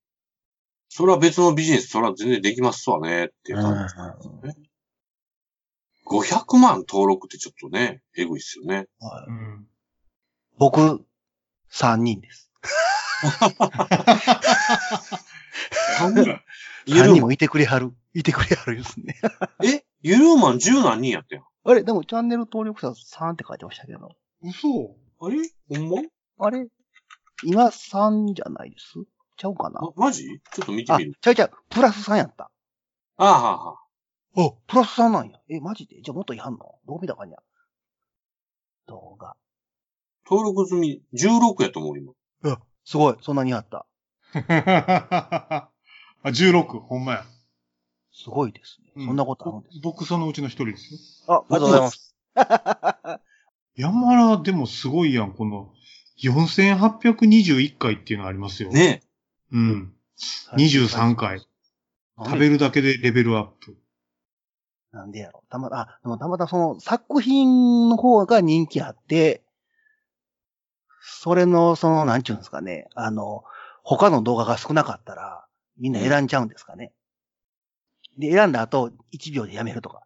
それは別のビジネス、それは全然できますわね、っていううん感じ。500万登録ってちょっとね、えぐいっすよね。
はい
うん。
僕、3人です。
ゆ
3人
る
もいてくれはる。いてくれはるです ね。
えゆるマン十何人やったやん。
あれでもチャンネル登録者3って書いてましたけど。
嘘
あれほんま
あれ今3じゃないですちゃうかな
ま、マジちょっと見て
あ、
み
ち
る。
ゃうちゃう。プラス3やった。
ああ、はあ、はあ。
あ、プラス3なんや。え、マジでじゃあもっといはんのどう見たかにゃ。動画。
登録済み16やと思う、今。
うわ、すごい。そんなにあった。
あ、16、ほんまや。
すごいですね。そんなことあるんです。
僕そのうちの一人ですよ。
あ、ありがとうございます。
山らでもすごいやん、この4821回っていうのありますよ。。
ね
うん。23回。食べるだけでレベルアップ。
なんでやろ。たまた、あ、でもたまたその作品の方が人気あって、それの、その、なんちゅうんですかね、あの、他の動画が少なかったら、みんな選んじゃうんですかね。で、選んだ後、1秒でやめるとか。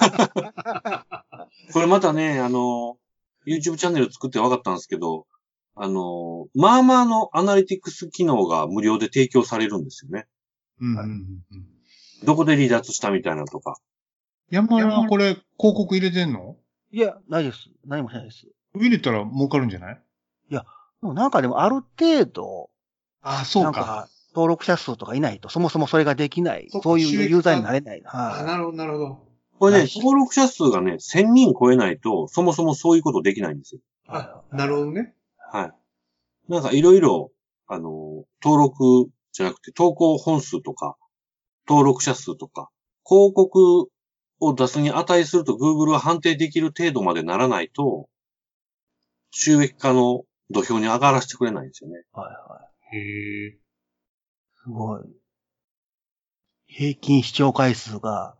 え。これまたね、あの、YouTube チャンネル作って分かったんですけど、あの、まあまあのアナリティクス機能が無料で提供されるんですよね。
うんうん
は
う
い
んうん。
どこで離脱したみたいなとか。
山田はこれ、広告入れてんの
いや、ないです。何もしないです。
入れたら儲かるんじゃない
もうなんかでもある程度、
ああ、そ
な
うんか。
か登録者数とかいないと、そもそもそれができない、
そっか
そう
収
いう
益
ユーザーになれない。
あ
は
なるほど、なるほど。
これ
は
ね
い、
登録者数がね、1000人超えないと、そもそもそういうことできないんですよ。
あ、なるほどね。
はい。なんかいろいろ、あの、登録じゃなくて、投稿本数とか、登録者数とか、広告を出すに値すると Google は判定できる程度までならないと、収益化の土俵に上がらせてくれないんですよね。
い。はいは
へえ。
い。すごい。平均視聴回数が、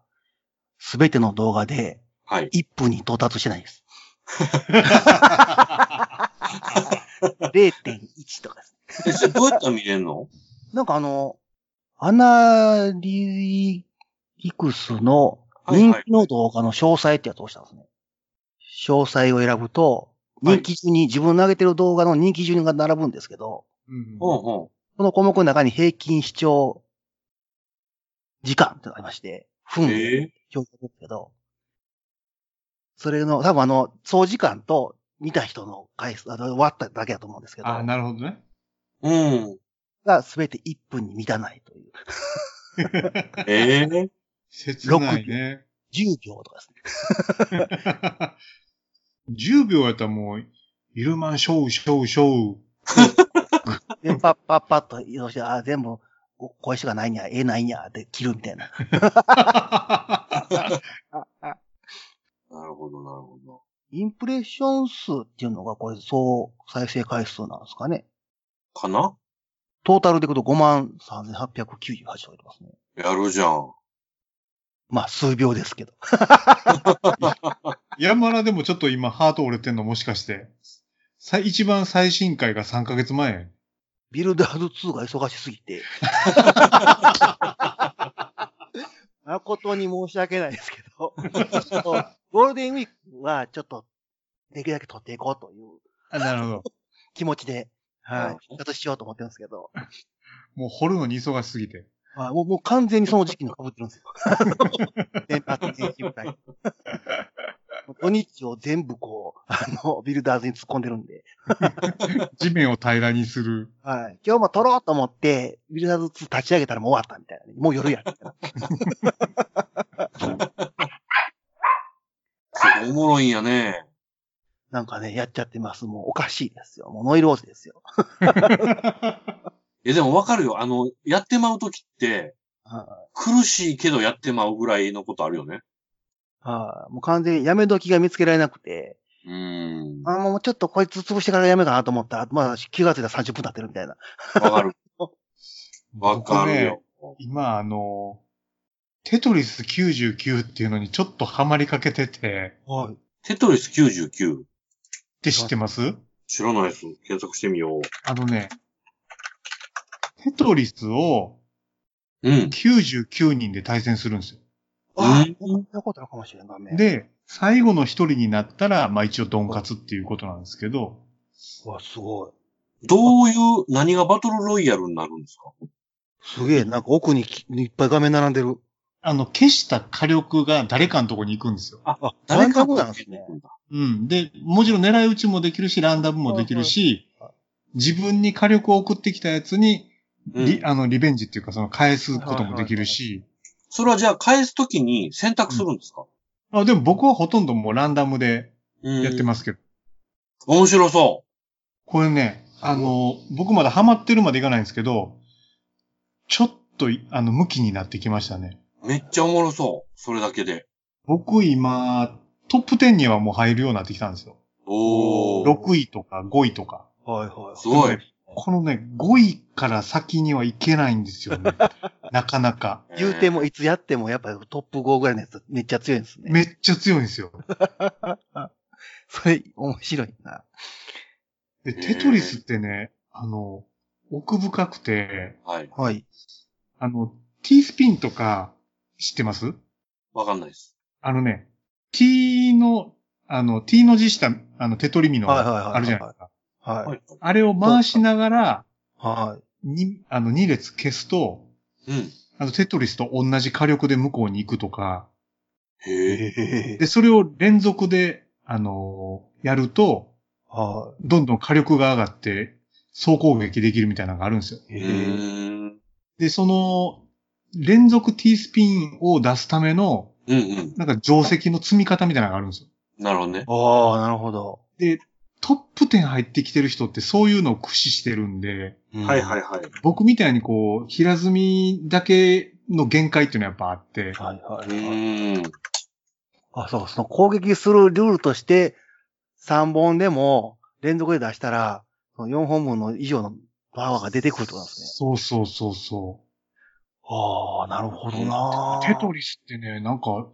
すべての動画で
はい。
1分に到達してない です。0.1とかです。
えそれどうやったら見れるの
なんかあの、アナリリクスの
はい
人
はい
気の動画の詳細ってやつを押したんですね。詳細を選ぶと、人気順に、自分の上げてる動画の人気順が並ぶんですけど、
うん
ほうほ
この項目の中に平均視聴時間ってのがありまして、
う。
分で
ええ
表示するんですけど、それの、多分あの、総時間と見た人の回数、あの、割っただけだと思うんですけど、
あ、なるほどね。
うん。
が全て1分に満たないという、
ええ
切ないね。
10秒とかですね。
10秒やったらもう、イルマンショウショウシ ョウ。
で、パッパッパッと移動して、あ、全部、ここういう人がないんや、ええないんや、で切るみたいな。
なるほど、なるほど。
インプレッション数っていうのが、これ、総再生回数なんですかね。
かな
トータルでいくと5万3898といますね。
やるじゃん。
まあ、数秒ですけど。
山田でもちょっと今ハート折れてんのもしかして。さ一番最新回が3ヶ月前。
ビルダーズ2が忙しすぎて。誠に申し訳ないですけど、ゴールデンウィークはちょっと、できるだけ取っていこうという
あなるほど。
気持ちで、
な
は
る
い
ほ、ど
復活しようと思ってるんですけど、
もう掘るのに忙しすぎて。
まあ、もうもう完全にその時期に被ってるんですよ。 年末年始みたいに。土日を全部こう、あの、ビルダーズに突っ込んでるんで、
地面を平らにする。
はい。今日も撮ろうと思って、ビルダーズ2立ち上げたらもう終わったみたいなね。もう夜や。
すごいおもろいんやね。
なんかね、やっちゃってます。もうおかしいですよ。もうノイローゼですよ。
え、でもわかるよ。あの、やってまうときって、
は
苦しいけどやってまうぐらいのことあるよね。
い。はい。もう完全にやめ時が見つけられなくて、
うーん。わ
あもうちょっとこいつ潰してからやめかなと思ったら、まあ気がついたら30分経ってるみたいな。
かる。わかるよ。
僕ね今、あの、テトリス99っていうのにちょっとハマりかけてて、
はい。
テトリス
っ
99。
て知ってます
知らないです。検索してみよう。
あのね、テトリスを
うん。
99人で対戦するんですよ。
う
ああ、
ん
そんなことあるかもしれん画面。、
で、最後の一人になったら、まあ一応ドン勝つっていうことなんですけど、
うわ、すごい。
どういう、何がバトルロイヤルになるんですか
すげえ、なんか奥にきいっぱい画面並んでる。
あの、消した火力が誰かのとこに行くんですよ。
あ、
誰か
ランダム
が
なんで
決
す
め
ね
て。くんだ。
うん。で、もちろん狙い撃ちもできるし、ランダムもできるし
はいは、
自分に火力を送ってきたやつに、
うん
リあの、リベンジっていうか、その返すこともできるし、
それはじゃあ返すときに選択するんですか、
あでも僕はほとんどもうランダムで
うん、。
やってますすけど、
面白そ
これね、あの、僕まだハマってるまでいかないんですけど、ちょっとい、あの、向きになってきましたね。
う。めっちゃおもろそう。それだけで。
僕今、トップ10にはもう入るようになってきたんですよ。
おー。
6位とか5位とか。
はいは
すごい。
このね、5位から先にはいけないんですよ ね。なかなか。
い。言うても、いつやっても、やっぱりトップ5ぐらいのやつめっちゃ強いんですね。
めっちゃ強いんですよ。
それ、面白いな。
で、
へー
テトリスってね、あの、奥深くて、
はい。
はい。
あの、T スピンとか知ってます
わかんないです。
あのね、T の、あの、T の字した、あの、手取り身の、
はいはいはいはい
あるじゃないですか。
はい。
い。
あれを回しながら、
は
に、あの、2列消すと、
うん。
あの、テトリスと同じ火力で向こうに行くとか、
へえ。
ええ
で、それを連続で、あのーやると、
は
どんどん火力が上がって、総攻撃できるみたいなのがあるんですよ。
い。
う
ええ
ーん。
で、その、連続 T スピンを出すための、
うんうん。
なんか定石の積み方みたいなのがあるんですよ。
なるほどね。
ああ、なるほど。。
トップ10入ってきてる人ってそういうのを駆使してるんで、
はいはいいはい。
僕みたいにこう、平積みだけの限界っていうのはやっぱあって、
はいは
う
いはい。
ーん。
あ、そう、その攻撃するルールとして、3本でも連続で出したら、その4本分の以上のパワーが出てくるってことなんですね。
そうそうそうそ
ああ、なるほど
う
な。。
テトリスってね、なんか、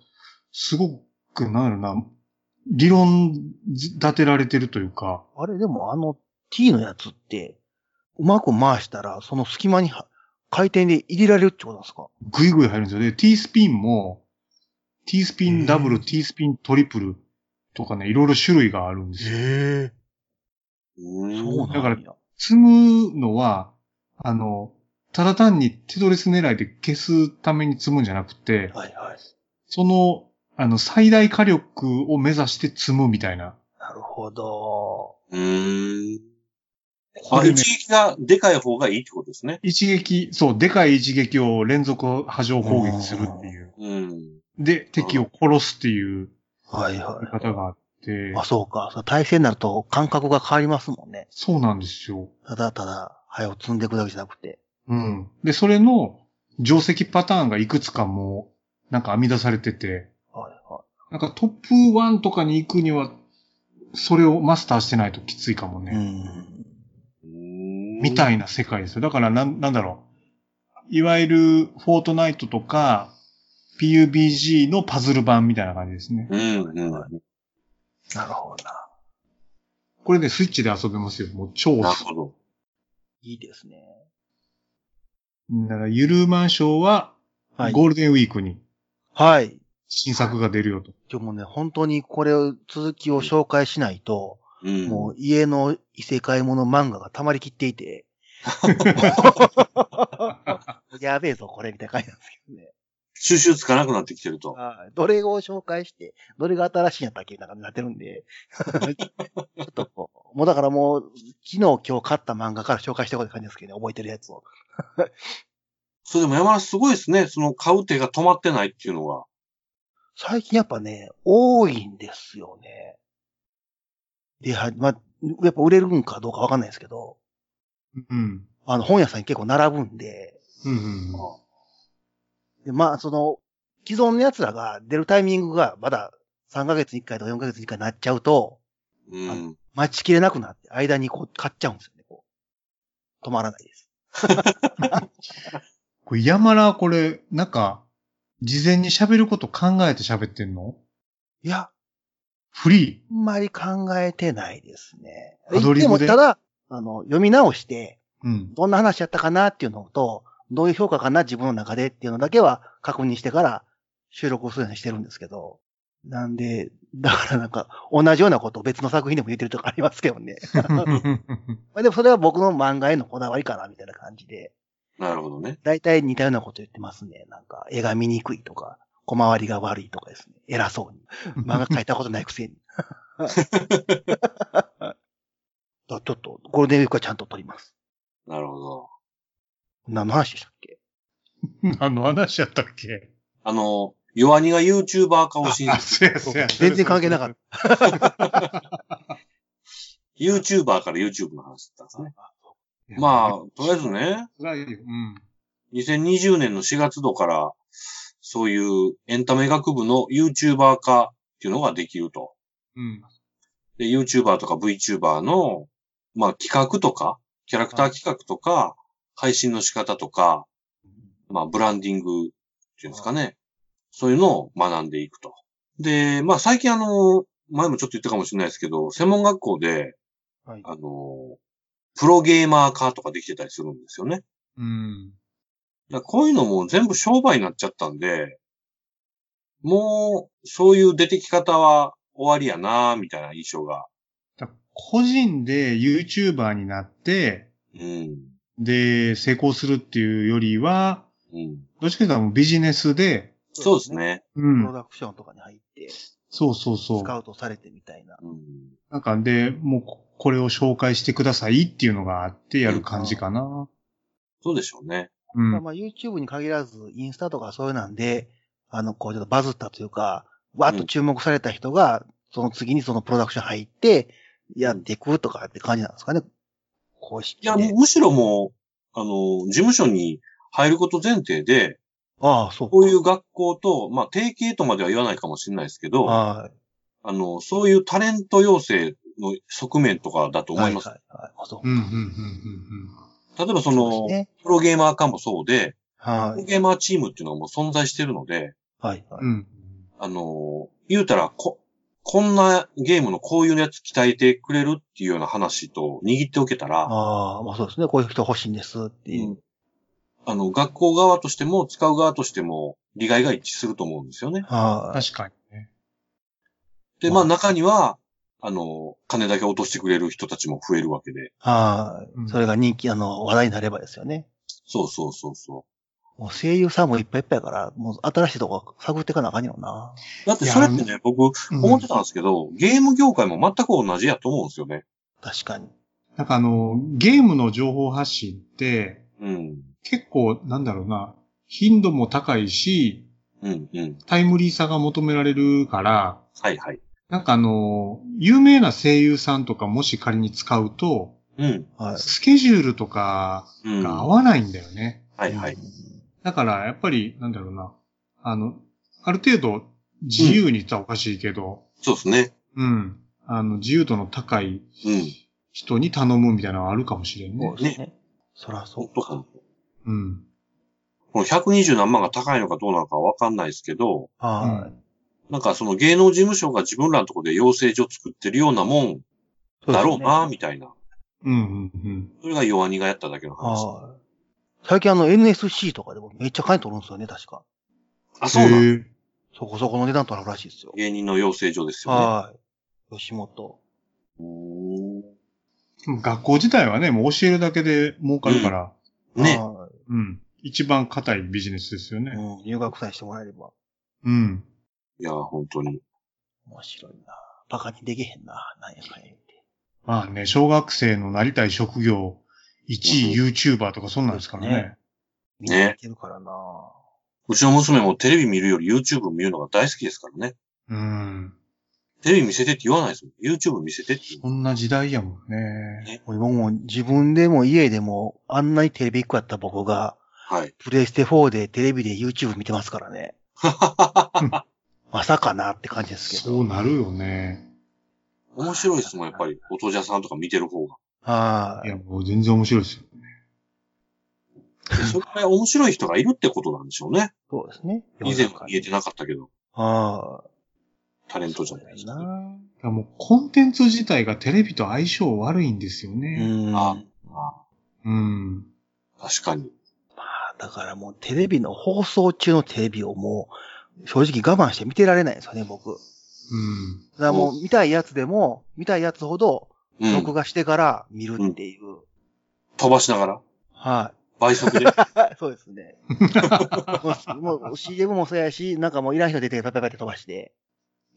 すごく、なんやろな、理論立てられてるというか、
あれ、でもあの T のやつって、うまく回したら、その隙間には回転で入れられるってことなんですか
ぐいぐい入るんですよ。で、T スピンも、T スピンダブル、T スピントリプルとかね、いろいろ種類があるんですよ。
え
う
え
ーん
そうなん
だ
だ。
から積むのは、あの、ただ単にテトリス狙いで消すために積むんじゃなくて、
はいはい。
その、あの、最大火力を目指して積むみたいな。
なるほど。
うーん。
こ
あ、
れ
一
ね
撃がでかい方がいいってことですね。
一撃、そう、でかい一撃を連続波状攻撃するっていう。
うん。
で、敵を殺すっていう
はい
やり
は
方があって
い。あ、、そうか。その対戦になると感覚が変わりますもんね。
そうなんですよ。
ただただ、早を積んでいくだけじゃなくて。
うん。で、それの定石パターンがいくつかもう、なんか編み出されてて、
はいは
なんかトップ1とかに行くには、それをマスターしてないときついかも
い。う
ね。
ん。
み
みたいな世界ですよ。だからなん、なんだろう。いわゆる、フォートナイトとか、PUBG のパズル版みたいな感じですね。
うんうん。
なるほどな。
これね、スイッチで遊べますよ。もう超
な
お
る
す
ほど。
いいですね。
だから、ゆるマンションは、
はい。
ゴールデンウィークに
はい。
新作が出るよと。
でもね、本当にこれを、続きを紹介しないと、
うん。
もう家の異世界もの漫画が溜まりきっていて。やべえぞ、これ、みたいな感じなんですけどね。
収集つかなくなってきてると。
はいどれを紹介して、どれが新しいんやったっけみたいな感じになってるんで。ちょっとこう、もうだからもう、昨日今日買った漫画から紹介してこいって感じですけどね、覚えてるやつを。
それでも山田すごいですね。その買う手が止まってないっていうのは。
最近やっぱね、多いんですよね。で、はまあ、やっぱ売れるんかどうかわかんないですけど、
うん。
あの、本屋さんに結構並ぶんで、
うんうんうん。
で、まあ、その、既存の奴らが出るタイミングがまだ3ヶ月に1回とか4ヶ月に1回になっちゃうと、
うん。
待ちきれなくなって、間にこう、買っちゃうんですよね、こう。止まらないです。
これ山田、これ、なんか、事前に喋ること考えて喋ってんの
いや、
フリ
あんまり考えてないですね。
アドリブで
も、ただ、あの、読み直して、
ーうん。
どんな話やったかなっていうのと、どういう評価かな自分の中でっていうのだけは確認してから収録をするようにしてるんですけど。なんで、だからなんか、同じようなことを別の作品でも言ってるとかありますけ どね。まあでもそれは僕の漫画へのこだわりかな、みたいな感じで。
なるほどね。
だいたい似たようなこと言ってますね。なんか、絵が見にくいとか、小回りが悪いとかですね。偉そうに。漫画描いたことないくせに。だちょっと、ゴールデンウィークはちゃんと撮ります。
なるほど。
何の話でしたっけ
何の話やったっけ
あの、弱ニが YouTuber 化を信
あ、
じ、
そうや、そうや。
全然関係なか
っ
った
YouTuber から YouTube の話だ ったんですね。
た
まあ、とりあえずね、
あ、辛いよ。うん。
2020年の4月度から、そういうエンタメ学部の YouTuber 化っていうのができると。
うん。
で、YouTuber とか VTuber の、まあ企画とか、キャラクター企画とか、配信の仕方とか、まあブランディングっていうんですかね。そういうのを学んでいくと。で、まあ最近あの、前もちょっと言ったかもしれないですけど、専門学校で、
た。はい。
あの、プロゲーマー化とかできてたりするんですよね。
うん。
だからこういうのも全部商売になっちゃったんで、もう、そういう出てき方は終わりやなみたいな印象が。
だ個人で YouTuber になって、
うん。
で、成功するっていうよりは、
うん。
どっちかというともうビジネスで、
そうです。ね。
う
プロ
ん。
ダクションとかに入って、
そうそうそ
ス
う。
カウトされてみたいな。
うん
なんかで、もうここれを紹介してくださいっていうのがあってやる感じかな。
そうでしょうね。
うん
まあ。まあ YouTube に限らず、インスタとかそういうなんで、あの、こうちょっとバズったというか、わーっと注目された人が、その次にそのプロダクション入って、やっていくとかって感じなんですかね。公式
いや、
で。
むしろもう、あの、事務所に入ること前提で、
ああ、そう
こういう学校と、まあ、提携とまでは言わないかもしれないですけど、あ
は
の、そういうタレント養成の側面とかだと
い。
思います。
はいはいはい。あ、そうう。
ん、うん、うん、うん
例えばそ
そう
の、
ですね
プロゲーマーかもそうで、
は
プロ
い。
ゲーマーチームっていうのがもう存在してるので、
はい。は
う
い
ん。うん。
あの、言うたら、こ、こんなゲームのこういうやつ鍛えてくれるっていうような話と握っておけたら、
ああ、まあそうですね。こういう人欲しいんですっていうう。
んあの、学校側としても、使う側としても、利害が一致すると思うんですよね。
はい。
確かにね。
で、まあ中には、あの、金だけ落としてくれる人たちも増えるわけで。
は
うん
い。それが人気、あの、話題になればですよね。
そうそうそうそ
もう声優さんもいっぱいいっぱいやから、もう新しいとこ探っていかなあかんよな。
う。だってそれって
い
ね、僕、思ってたんですけど、ゲーム業界も全く同じやと思うんですよね。
確かに。
なんかあの、ゲームの情報発信って、
うん。
結構、なんだろうな、頻度も高いし、
うん、うん。
タイムリーさが求められるから、
はいはい。
なんかあの、有名な声優さんとかもし仮に使うと、
うん。
はい。
スケジュールとか
うん。
が合
は
わないんだよね。
いはい。
だから、やっぱり、なんだろうな、あの、ある程度、自由に言ったらおかしいけど、
そうですね。
うん、あの、自由度の高い
うん。
人に頼むみたいなのはあるかもしれん
そ
ね
う。ですね。そらそ
本
う
当か
か。。
うん。
この120何万が高いのかどうなのかわかんないですけど、
は
なんかその芸能事務所が自分らのところで養成所作ってるようなもん
い。
だろうな、
そですね
みたいな。
うん、うん、うん。
それが弱荷がやっただけの話。
はい。最近あの NSC とかでもめっちゃ金取るんですよね、確か。
あ、そうなん
へえ
そこそこの値段取るらしいですよ。
芸人の養成所ですよね。
はい。吉本。
うーん
学校自体はね、もう教えるだけで儲かるから、
ね。
は
うん。一番硬いビジネスですよ
い。
ね。
うん。入学さえしてもらえれば
うん。
いや、本当に。
面白いな。バカにできへんな。なんやかんや言って。
まあね、小学生のなりたい職業、1位 YouTuber とかそんなんですからね。
みんな見てるからな。
うちの娘もテレビ見るより YouTube 見るのが大好きですからね。
うん。
テレビ見せてって言わないですもん。YouTube 見せてって言う。
こんな時代やもんね。
もう今もう自分でも家でもあんなにテレビ1個やった僕が、
はい。
プレイステ4でテレビで YouTube 見てますからね。まさかなって感じですけど。
そうなるよね。
面白いですもん、やっぱり。お父ちゃんさんとか見てる方が。
はいい。
や、もう全然面白いですよ。
でそれくらい面白い人がいるってことなんでしょうね。
そうですね。
以前は言えてなかったけど、
は
タレ
い。
ントじゃないで
ですす
か。
な。
いやもうコンテンツ自体がテレビと相性悪いんですよ
う
ね。
ん。
ああ
うん。
確かに。
だからもうテレビの放送中のテレビをもう正直我慢して見てられないんですよね、僕。
うん。
だからもう見たいやつでも、見たいやつほど
うん。
録画してから見るっていう。
飛ばしながら、
は
倍 速で。
い。 そうです ね。もうもう CM もそうやし、なんかもういらん人出てパパパって飛ばして、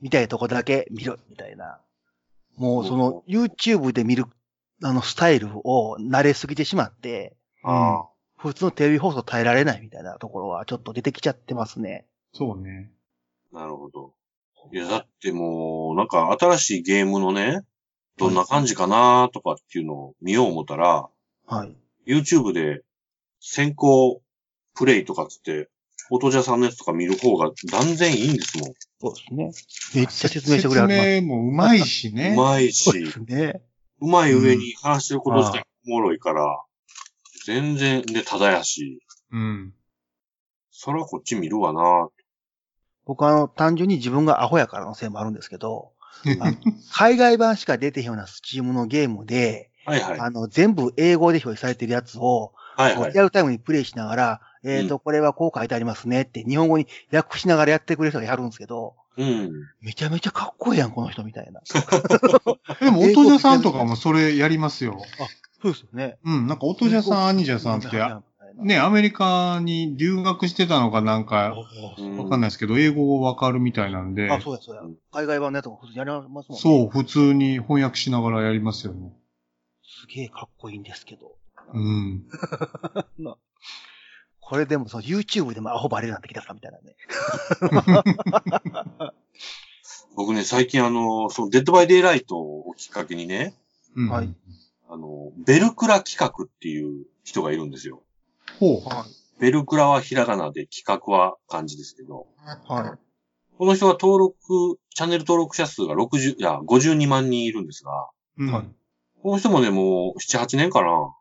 見たいとこだけ見るみたいな。もうその YouTube で見るあのスタイルを慣れすぎてしまって、
ああ
普通のテレビ放送耐えられないみたいなところはちょっと出てきちゃってますね。
そうね。
なるほど。いや、だってもう、なんか新しいゲームのね、どんな感じかなとかっていうのを見よう思ったら、
はい。
YouTube で先行プレイとかっつって、音じゃさんのやつとか見る方が断然いいんですもん。
そうですね。めっちゃ説明してくれはります。
説明もうまいしね。
うまい
そうで
し
す、ね。
うまい上に話してること自
う
体おもろいから、全然、で、ただやし、
うん。
そらこっち見るわな
僕はあの、単純に自分がアホやからのせいもあるんですけ ど、あの海外版しか出てへんようなスチームのゲームで、
はいはい。
あの、全部英語で表示されてるやつを、
はいはい。
リアルタイムにプレイしながら、えっ、と、これはこう書いてありますねって、日本語に訳しながらやってくれる人がやるんですけど、
うん。
めちゃめちゃかっこいいやん、この人みたいな。
でも、音じゃさんとかもそれやりますよ。
そうですよね。
うん、なんか音じゃさん、兄じゃさんって、
みたいな
ね、アメリカに留学してたのかなんか、
うん
わかんないですけど、英語わかるみたいなんで、
あ、そうや、そうや。海外版のやつも普通にやりますもんね。
そう、普通に翻訳しながらやりますよね。
すげえかっこいいんですけど。
うん。
これでもその YouTube でもアホバレになってきたかみたいなね。
僕ね、最近あの、そのデッドバイデイライトをきっかけにね、
うん
はい。
あの、ベルクラ企画っていう人がいるんですよ。
ほう。
はい。
ベルクラはひらがなで企画は漢字ですけど、
はい。
この人は登録、チャンネル登録者数が60、いや、52万人いるんですが、
うん
はい
この人もね、もう7、8年かな、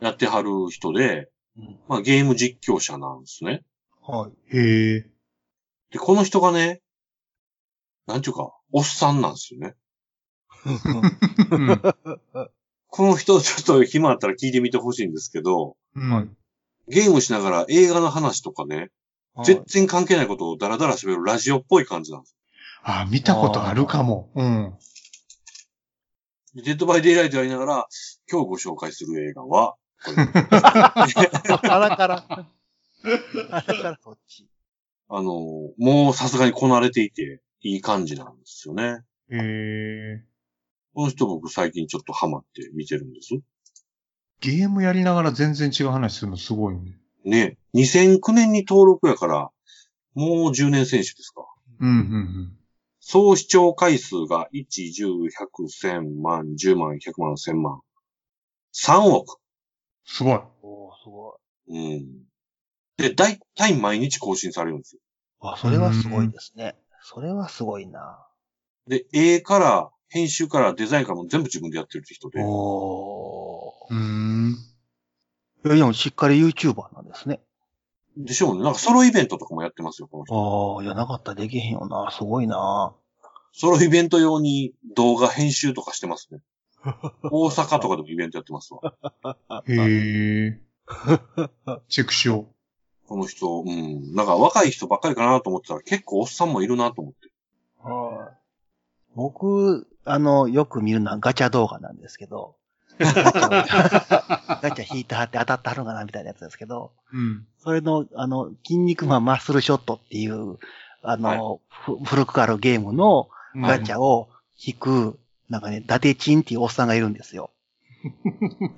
やってはる人で、
うん
まあゲーム実況者なんですね。
はい。
へえ。
で、この人がね、なんちゅうか、おっさんなんですよね。
うん
この人、ちょっと暇あったら聞いてみてほしいんですけど、
うん。
ゲームしながら映画の話とかね、全然関係ないことをダラダラ喋るラジオっぽい感じなんです。
あ、見たことあるかも。うん。
でデッドバイデイライトやりながら、今日ご紹介する映画は、これ
鼻から。鼻からそっち。
あの、もうさすがにこなれていて、いい感じなんですよね。
へえ。
この人僕最近ちょっとハマって見てるんです。
ゲームやりながら全然違う話するのすごいね。
ね、2009年に登録やから、もう10年選手ですか。
うん、うん、
総視聴回数が1、10、100、1000万、10万、100万、1000万。3億。
すごい。
おーすご
うん。で、だいたい毎日更新されるんですよ。
い。あ、それはすごいですね。それはすごいな。
で、絵から、編集から、デザインからも全部自分でやってるって人で。
お
うーん。
ーいや、でもしっかり YouTuber なんですね。
でしょうね。なんかソロイベントとかもやってますよ、この人。
ああ、いや、なかったらできへんよな。すごいな。
ソロイベント用に動画編集とかして ますね。大阪とかでもイベントやってますわ。
へ え。チェックしよ
この人、うん。なんか若い人ばっかりかなと思ってたら結構おっさんもいるなと思って。
はい。僕、あの、よく見るのはガチャ動画なんですけ ど、ガチャガチャ引いてはって当たってはるのかなみたいなやつですけど、
う。うん。
それの、あの、筋肉マンマッスルショットっていう、あの、ふ古くあるゲームのガチャを引く、なんかね、伊達チンっていうおっさんがいるんですよ。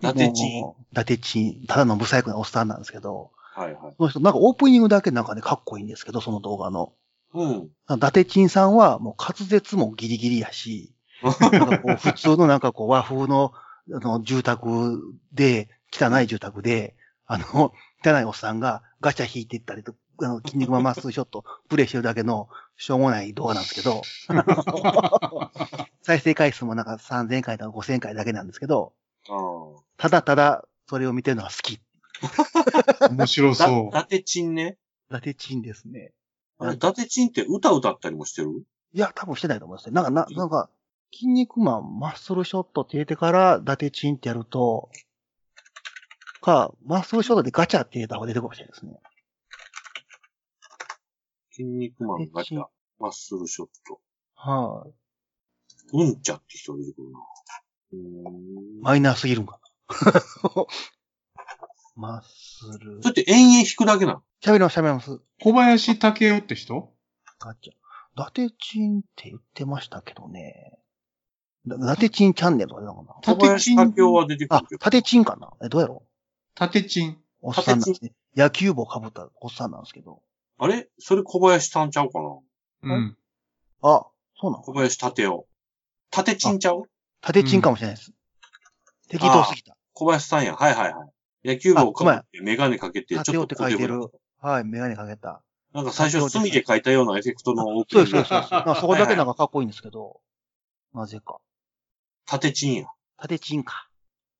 だてち。
もう。伊達チン。ただのブサイクなおっさんなんですけど、
はいはい。
その人、なんかオープニングだけなんかね、かっこいいんですけど、その動画の。
うん。
伊達チンさんはもう滑舌もギリギリやし、なんかこう普通のなんかこう和風のあの住宅で、汚い住宅で、あの、汚いおっさんがガチャ引いていったりと、あの、筋肉マンマッスルショットプレイしてるだけのしょうもない動画なんですけど、再生回数もなんか3000回とか5000回だけなんですけど、
あー
ただただそれを見てるのは好き。伊
面白
だ
そ
だてちんね。
達チンですね。
あれ、だてちんって歌歌ったりもしてる
いや、多分してないと思いますね。なんか、な、なんか、筋肉マン、マッスルショットって入れてから、伊達チンってやると、か、マッスルショットでガチャって入れた方が出てくるかもしれないですね。
筋肉マンガチャ、マッスルショット。
はい、
うんちゃって人が出てくるな。うーん。
マイナーすぎるんか な。マッスル。
それって延々弾くだけなの
喋ります、喋ります。
う。小林武雄って人
ガチャ。伊達チンって言ってましたけどね。だ伊達チンチャンネルとか出たのかな
た
小林武雄は出てく
あ
るけ、
伊達チンかなえ、どうやろ
縦チン。
うおっさんなんですね。野球帽被ったおっさんなんですけど。
ど。あれそれ小林さんちゃうかな
うん。
あ、そうなの
小林立雄。立ちんちゃう
縦チンかもしれないです。適当すぎた。
小林さんや。はいはいはい。野球部をかぶ
あ
って、メガネかけて、ちょっ
縦をっ
と
て
小
書い
手
て
ぶ
る
ら。。
はい、メガネかけた。
なんか最初、隅で書いたようなエフェクトのオープ
そう
ニ
で
ン
す、
グ
そうです。そう ですなんかそこだけなんかかっこいいんですけど、なぜか。
縦チンや。
縦チンか。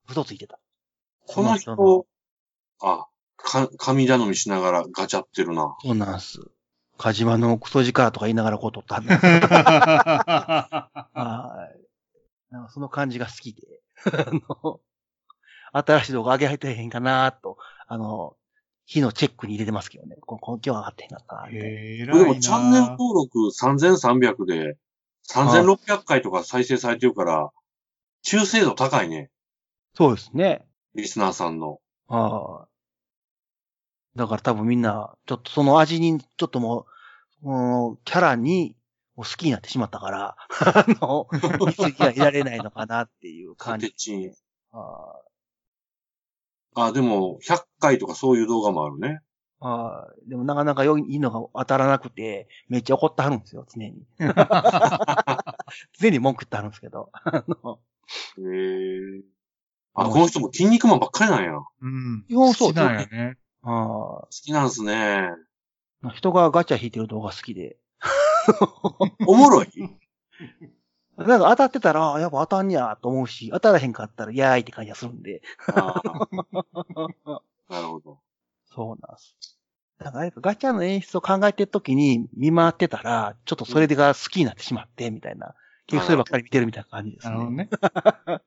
嘘ついてた。
この人、あ、か、神頼みしながらガチャってるな。
そうなんす。カジマのクソ力とか言いながらこう撮 ったんです。はい。なんかその感じが好きで、 あの、新しい動画上げ入ってへんかなと、あの、火のチェックに入れてますけどね。こ今日は上がってへんかったなみたいな
え
で
らいな。
もチャンネル登録3300で、3600回とか再生されてるから、中精度高いね。
そうですね。
リスナーさんの。
はだから多分みんな、ちょっとその味に、ちょっともう、もうキャラに、好きになってしまったから、あの、見過ぎはいられないのかなっていう感
ポ
じ
テ。チン
あ
あ、でも、100回とかそういう動画もあるね。
ーあーでもなかなか良いいいのが当たらなくて、めっちゃ怒ってはるんですよ、常に。常に文句言ってはるんですけど。あの
へえ。あ、この人も筋肉マンばっかりなんや。好
うん。
基本そう
好きなんやね。
あ
きなんすね。
ー人がガチャ引いてる動画好きで。
おもろい。
なんか当たってたら、あやっぱ当たんにゃと思うし、当たらへんかったら、やーいって感じがするんで。
あー なるほど。
そうなんです。なんかあれかガチャの演出を考えてるときに見回ってたら、ちょっとそれが好きになってしまって、みたいな。結局そればっかり見てるみたいな感じです
なるほど
ね。
ね。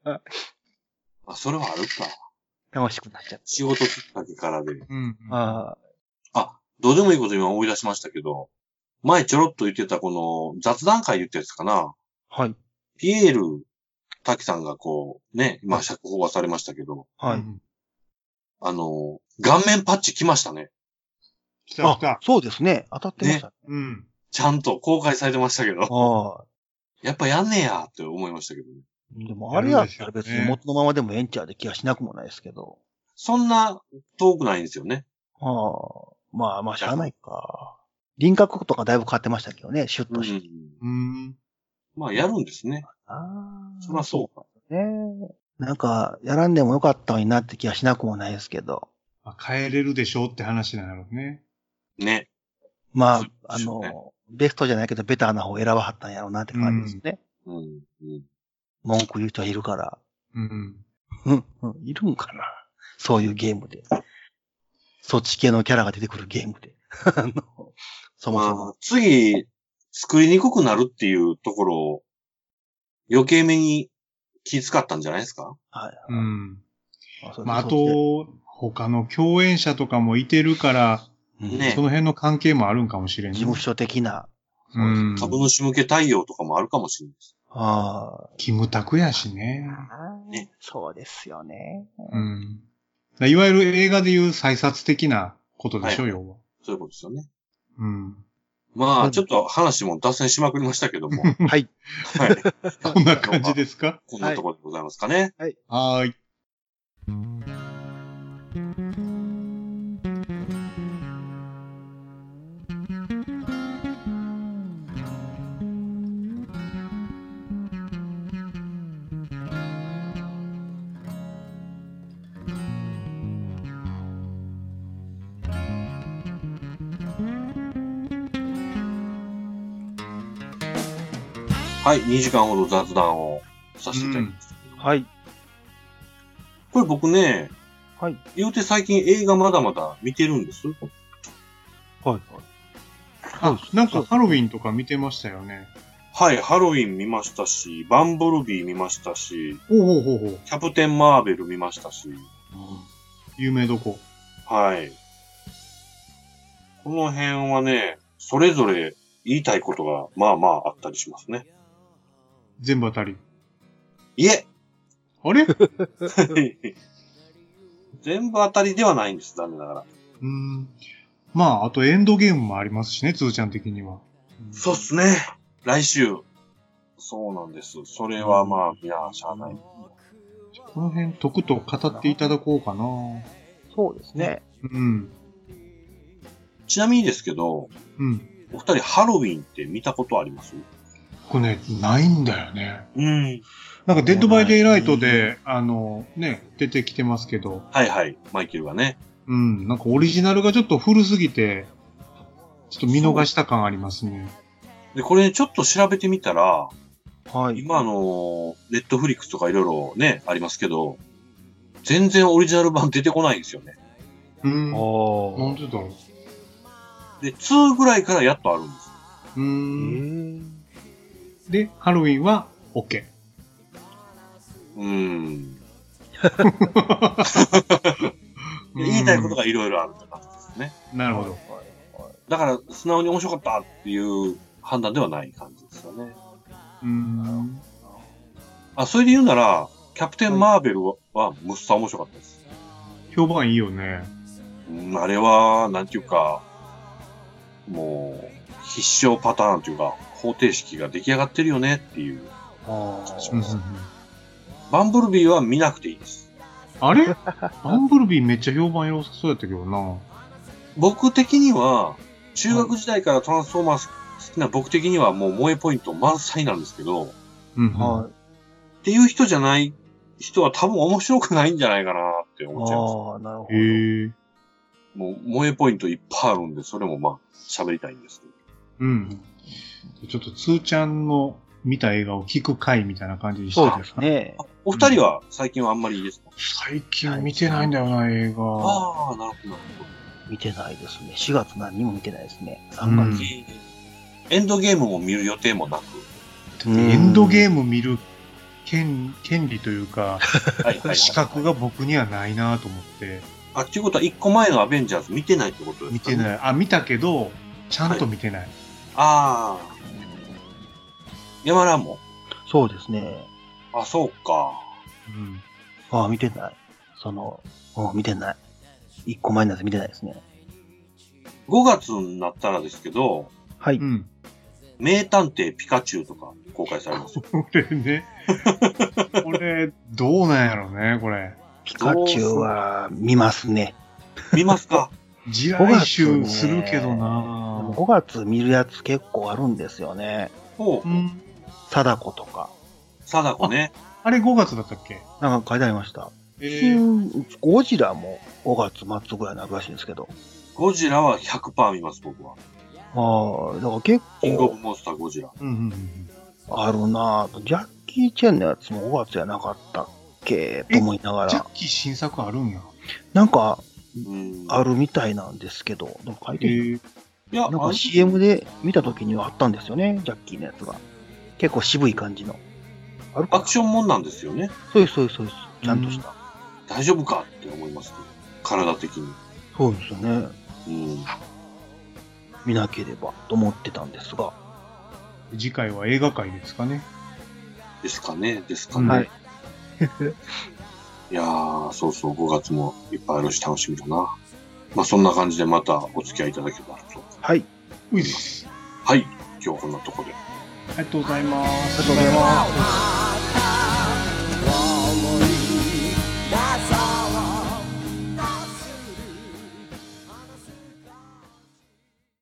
あ、それはあるか。
楽しくなっちゃって。
仕事きっかけからで。
うん。
あ
あ、どうでもいいこと今思い出しましたけど、前ちょろっと言ってたこの雑談会言ったやつかな。
あ、はい。
ピエール、滝さんがこう、ね、今釈放はされましたけど、
はい。
うん
あの、顔面パッチ来ましたね。
来た来
あ
た。
そうですね。当たってました。
うん。
ちゃんと公開されてましたけど、
ああ。や
やっぱやんねえやって思いましたけどね。
でもあれやったら別に元のままでもエンチャーで気がしなくもないですけど。
そんな遠くないんですよね。
ああ。まあまあ、しゃあないか。輪郭とかだいぶ変わってましたけどね、シュッ
う
として。
ん。
うん。
まあやるんですね。
ああ。
そりゃそうか。
うね。なんか、やらんでもよかったのになって気がしなくもないですけど。
まあ変えれるでしょうって話なんやろうね。
ね。
まあ、
そう
あ
ですよね
の、ベストじゃないけど、ベターな方を選ばはったんやろうなって感じですね。
うん。うん
文句言う人はいるから。
うん。
うん、うん、いるんかな。そういうゲームで。そっち系のキャラが出てくるゲームで。 あの、そもそ
まあ
も。、
次、作りにくくなるっていうところを、余計目に気遣ったんじゃないですか
はい。
うん。
そう
まあ、あ、
そう
と、他の共演者とかもいてるから、
うん
ね
その辺の関係もあるんかもしれん
事
ね。
務所的な。
うん。
株主向け対応とかもあるかもしれないです。
あ
キムタクやしね。
あ、
ね
そうですよね。
うん。だいわゆる映画でいう再殺的なことでしょ、
は
要は。
そういうことですよね。
うん。
ま
う
あ、
ん
ちょっと話も脱線しまくりましたけども。
はい。
はい。
こんな感じですか
こんなところでございますかね。
はーい。
はい。2時間ほど雑談をさせていただきました。
はい。
これ僕ね、
はい。
言うて最近映画まだまだ見てるんです。
はい。
あ、なんかハロウィンとか見てましたよね。
はい。ハロウィン見ましたし、バンブルビー見ましたし、
ほうほうほうほう。
キャプテンマーベル見ましたし、
有名どこ。
はい。この辺はね、それぞれ言いたいことがまあまああったりしますね。
全部当たり。
い え
あれう
全部当たりではないんです、残念ながら。
ーん。まあ、あとエンドゲームもありますしね、つーちゃん的には。
そうっすね。来週。そうなんです。それはまあ、いや、しゃあない。
この辺、とくと語っていただこうかな。
そうですね。
うん。
ちなみにですけど、
うん。
お二人ハロウィンって見たことあります
これね、ないんだよね。
うん。
なんか、デッドバイデイライトで、あの、ね、出てきてますけど、
はいはい、マイケルがね。
うん、なんかオリジナルがちょっと古すぎて、ちょっと見逃した感ありますね。
で、これねちょっと調べてみたら、
はい。
今あの、ネットフリックスとかいろいろね、ありますけど、全然オリジナル版出てこないんですよね。
うん。な
あ
んでだろう。
で、2ぐらいからやっとあるんです。
うー
あ。
ん。
え
で、ハロウィンは OK。
うーん。で
言
言いたいことがいろいろあるって感じですね。
なるほど。
だから、素直に面白かったっていう判断ではない感じですよね。
うーん。
あ、それで言うなら、キャプテン・マーベルは、はむっさ面白かったです。
評判いいよね。
ううんあれは、なんていうか、もう、必勝パターンというか、方程式が出来上がってるよねっていう。
あ
うんうんうん
バンブルビーは見なくていいです。
あれバンブルビーめっちゃ評判良さそうやったけどな。
僕的には、中学時代からトランスフォーマー好きな僕的にはもう萌えポイント満載なんですけど、っ
うんうん。
あ。はい。
ていう人じゃない人は多分面白くないんじゃないかなって思っちゃいます。
ああ、なるほ
へえ
もう萌えポイントいっぱいあるんで、それもまあ喋りたいんですけど。
うん。ちょっと、つーちゃんの見た映画を聞く回みたいな感じにして
ど。
た
そうです。ね。
あお二人は最近はあんまりいいですか、
最近見てないんだよな、映画。
ああ、なるほど、なるほど。
見てないですね。4月何にも見てないですね。
う
3
ん
月。
エンドゲームも見る予定もなく。
エンドゲーム見る権権利というか、
はい、 はい。
資格が僕にはないなと思って、
あ、っていうことは一個前のアベンジャーズ見てないってことです
見
か、
て
い。
ない。あ、見たけど、ちゃんと見てない。
ああ。山田も。
そうですね。
あ、そうか。
うん。
ああ、見てない。その、うん、見てない。一個前のやつ見てないですね。
5月になったらですけど、
はい。
うん。
名探偵ピカチュウとか公開されますよ。
これね、これ、どうなんやろうね、これ。
ピカチュウは見ますね。
見ますか
地
5
雷
月
集
ね
するけどな
でも5月見るやつ結構あるんですよね。
ほ
う
う。
ん。
貞子とか。
貞子ね。
あれ5月だったっけ
なんか書いてありました。
えー
ゴジラも5月末ぐらいになるらしいんですけど。
ゴジラは100%見ます、僕は。
ああ、だから結
キングオブ
構
モンスターゴジラ。
うんうんうん。
あるなぁと。ジャッキー・チェンのやつも5月じゃなかったっけと思いなが
ジャ
ら。
ッキー新作あるんや。
なんか
うん。
あるみたいなんですけど。でも書いてる
え
いや、
なん
あ
か
の
CM で見た時にはあったんですよね。ジャッキーのやつが。結構渋い感じの。あるか
ア
な
クションもんなんですよね。
そうです、そうです、そうです。ちゃんとした。
大丈夫かって思いますけど。体的に。
そうですよね。
うん。
見なければと思ってたんですが。
次回は映画界ですかね。
ですかね、ですかね。
はい
い、やー、そうそう、5月もいっぱいあるし楽しみだな。まあそんな感じでまたお付き合いいただければと。
はい。
ういっす。
はい、今日はこんなとこで。
ありがとうございます。
ありがとうございま
「
す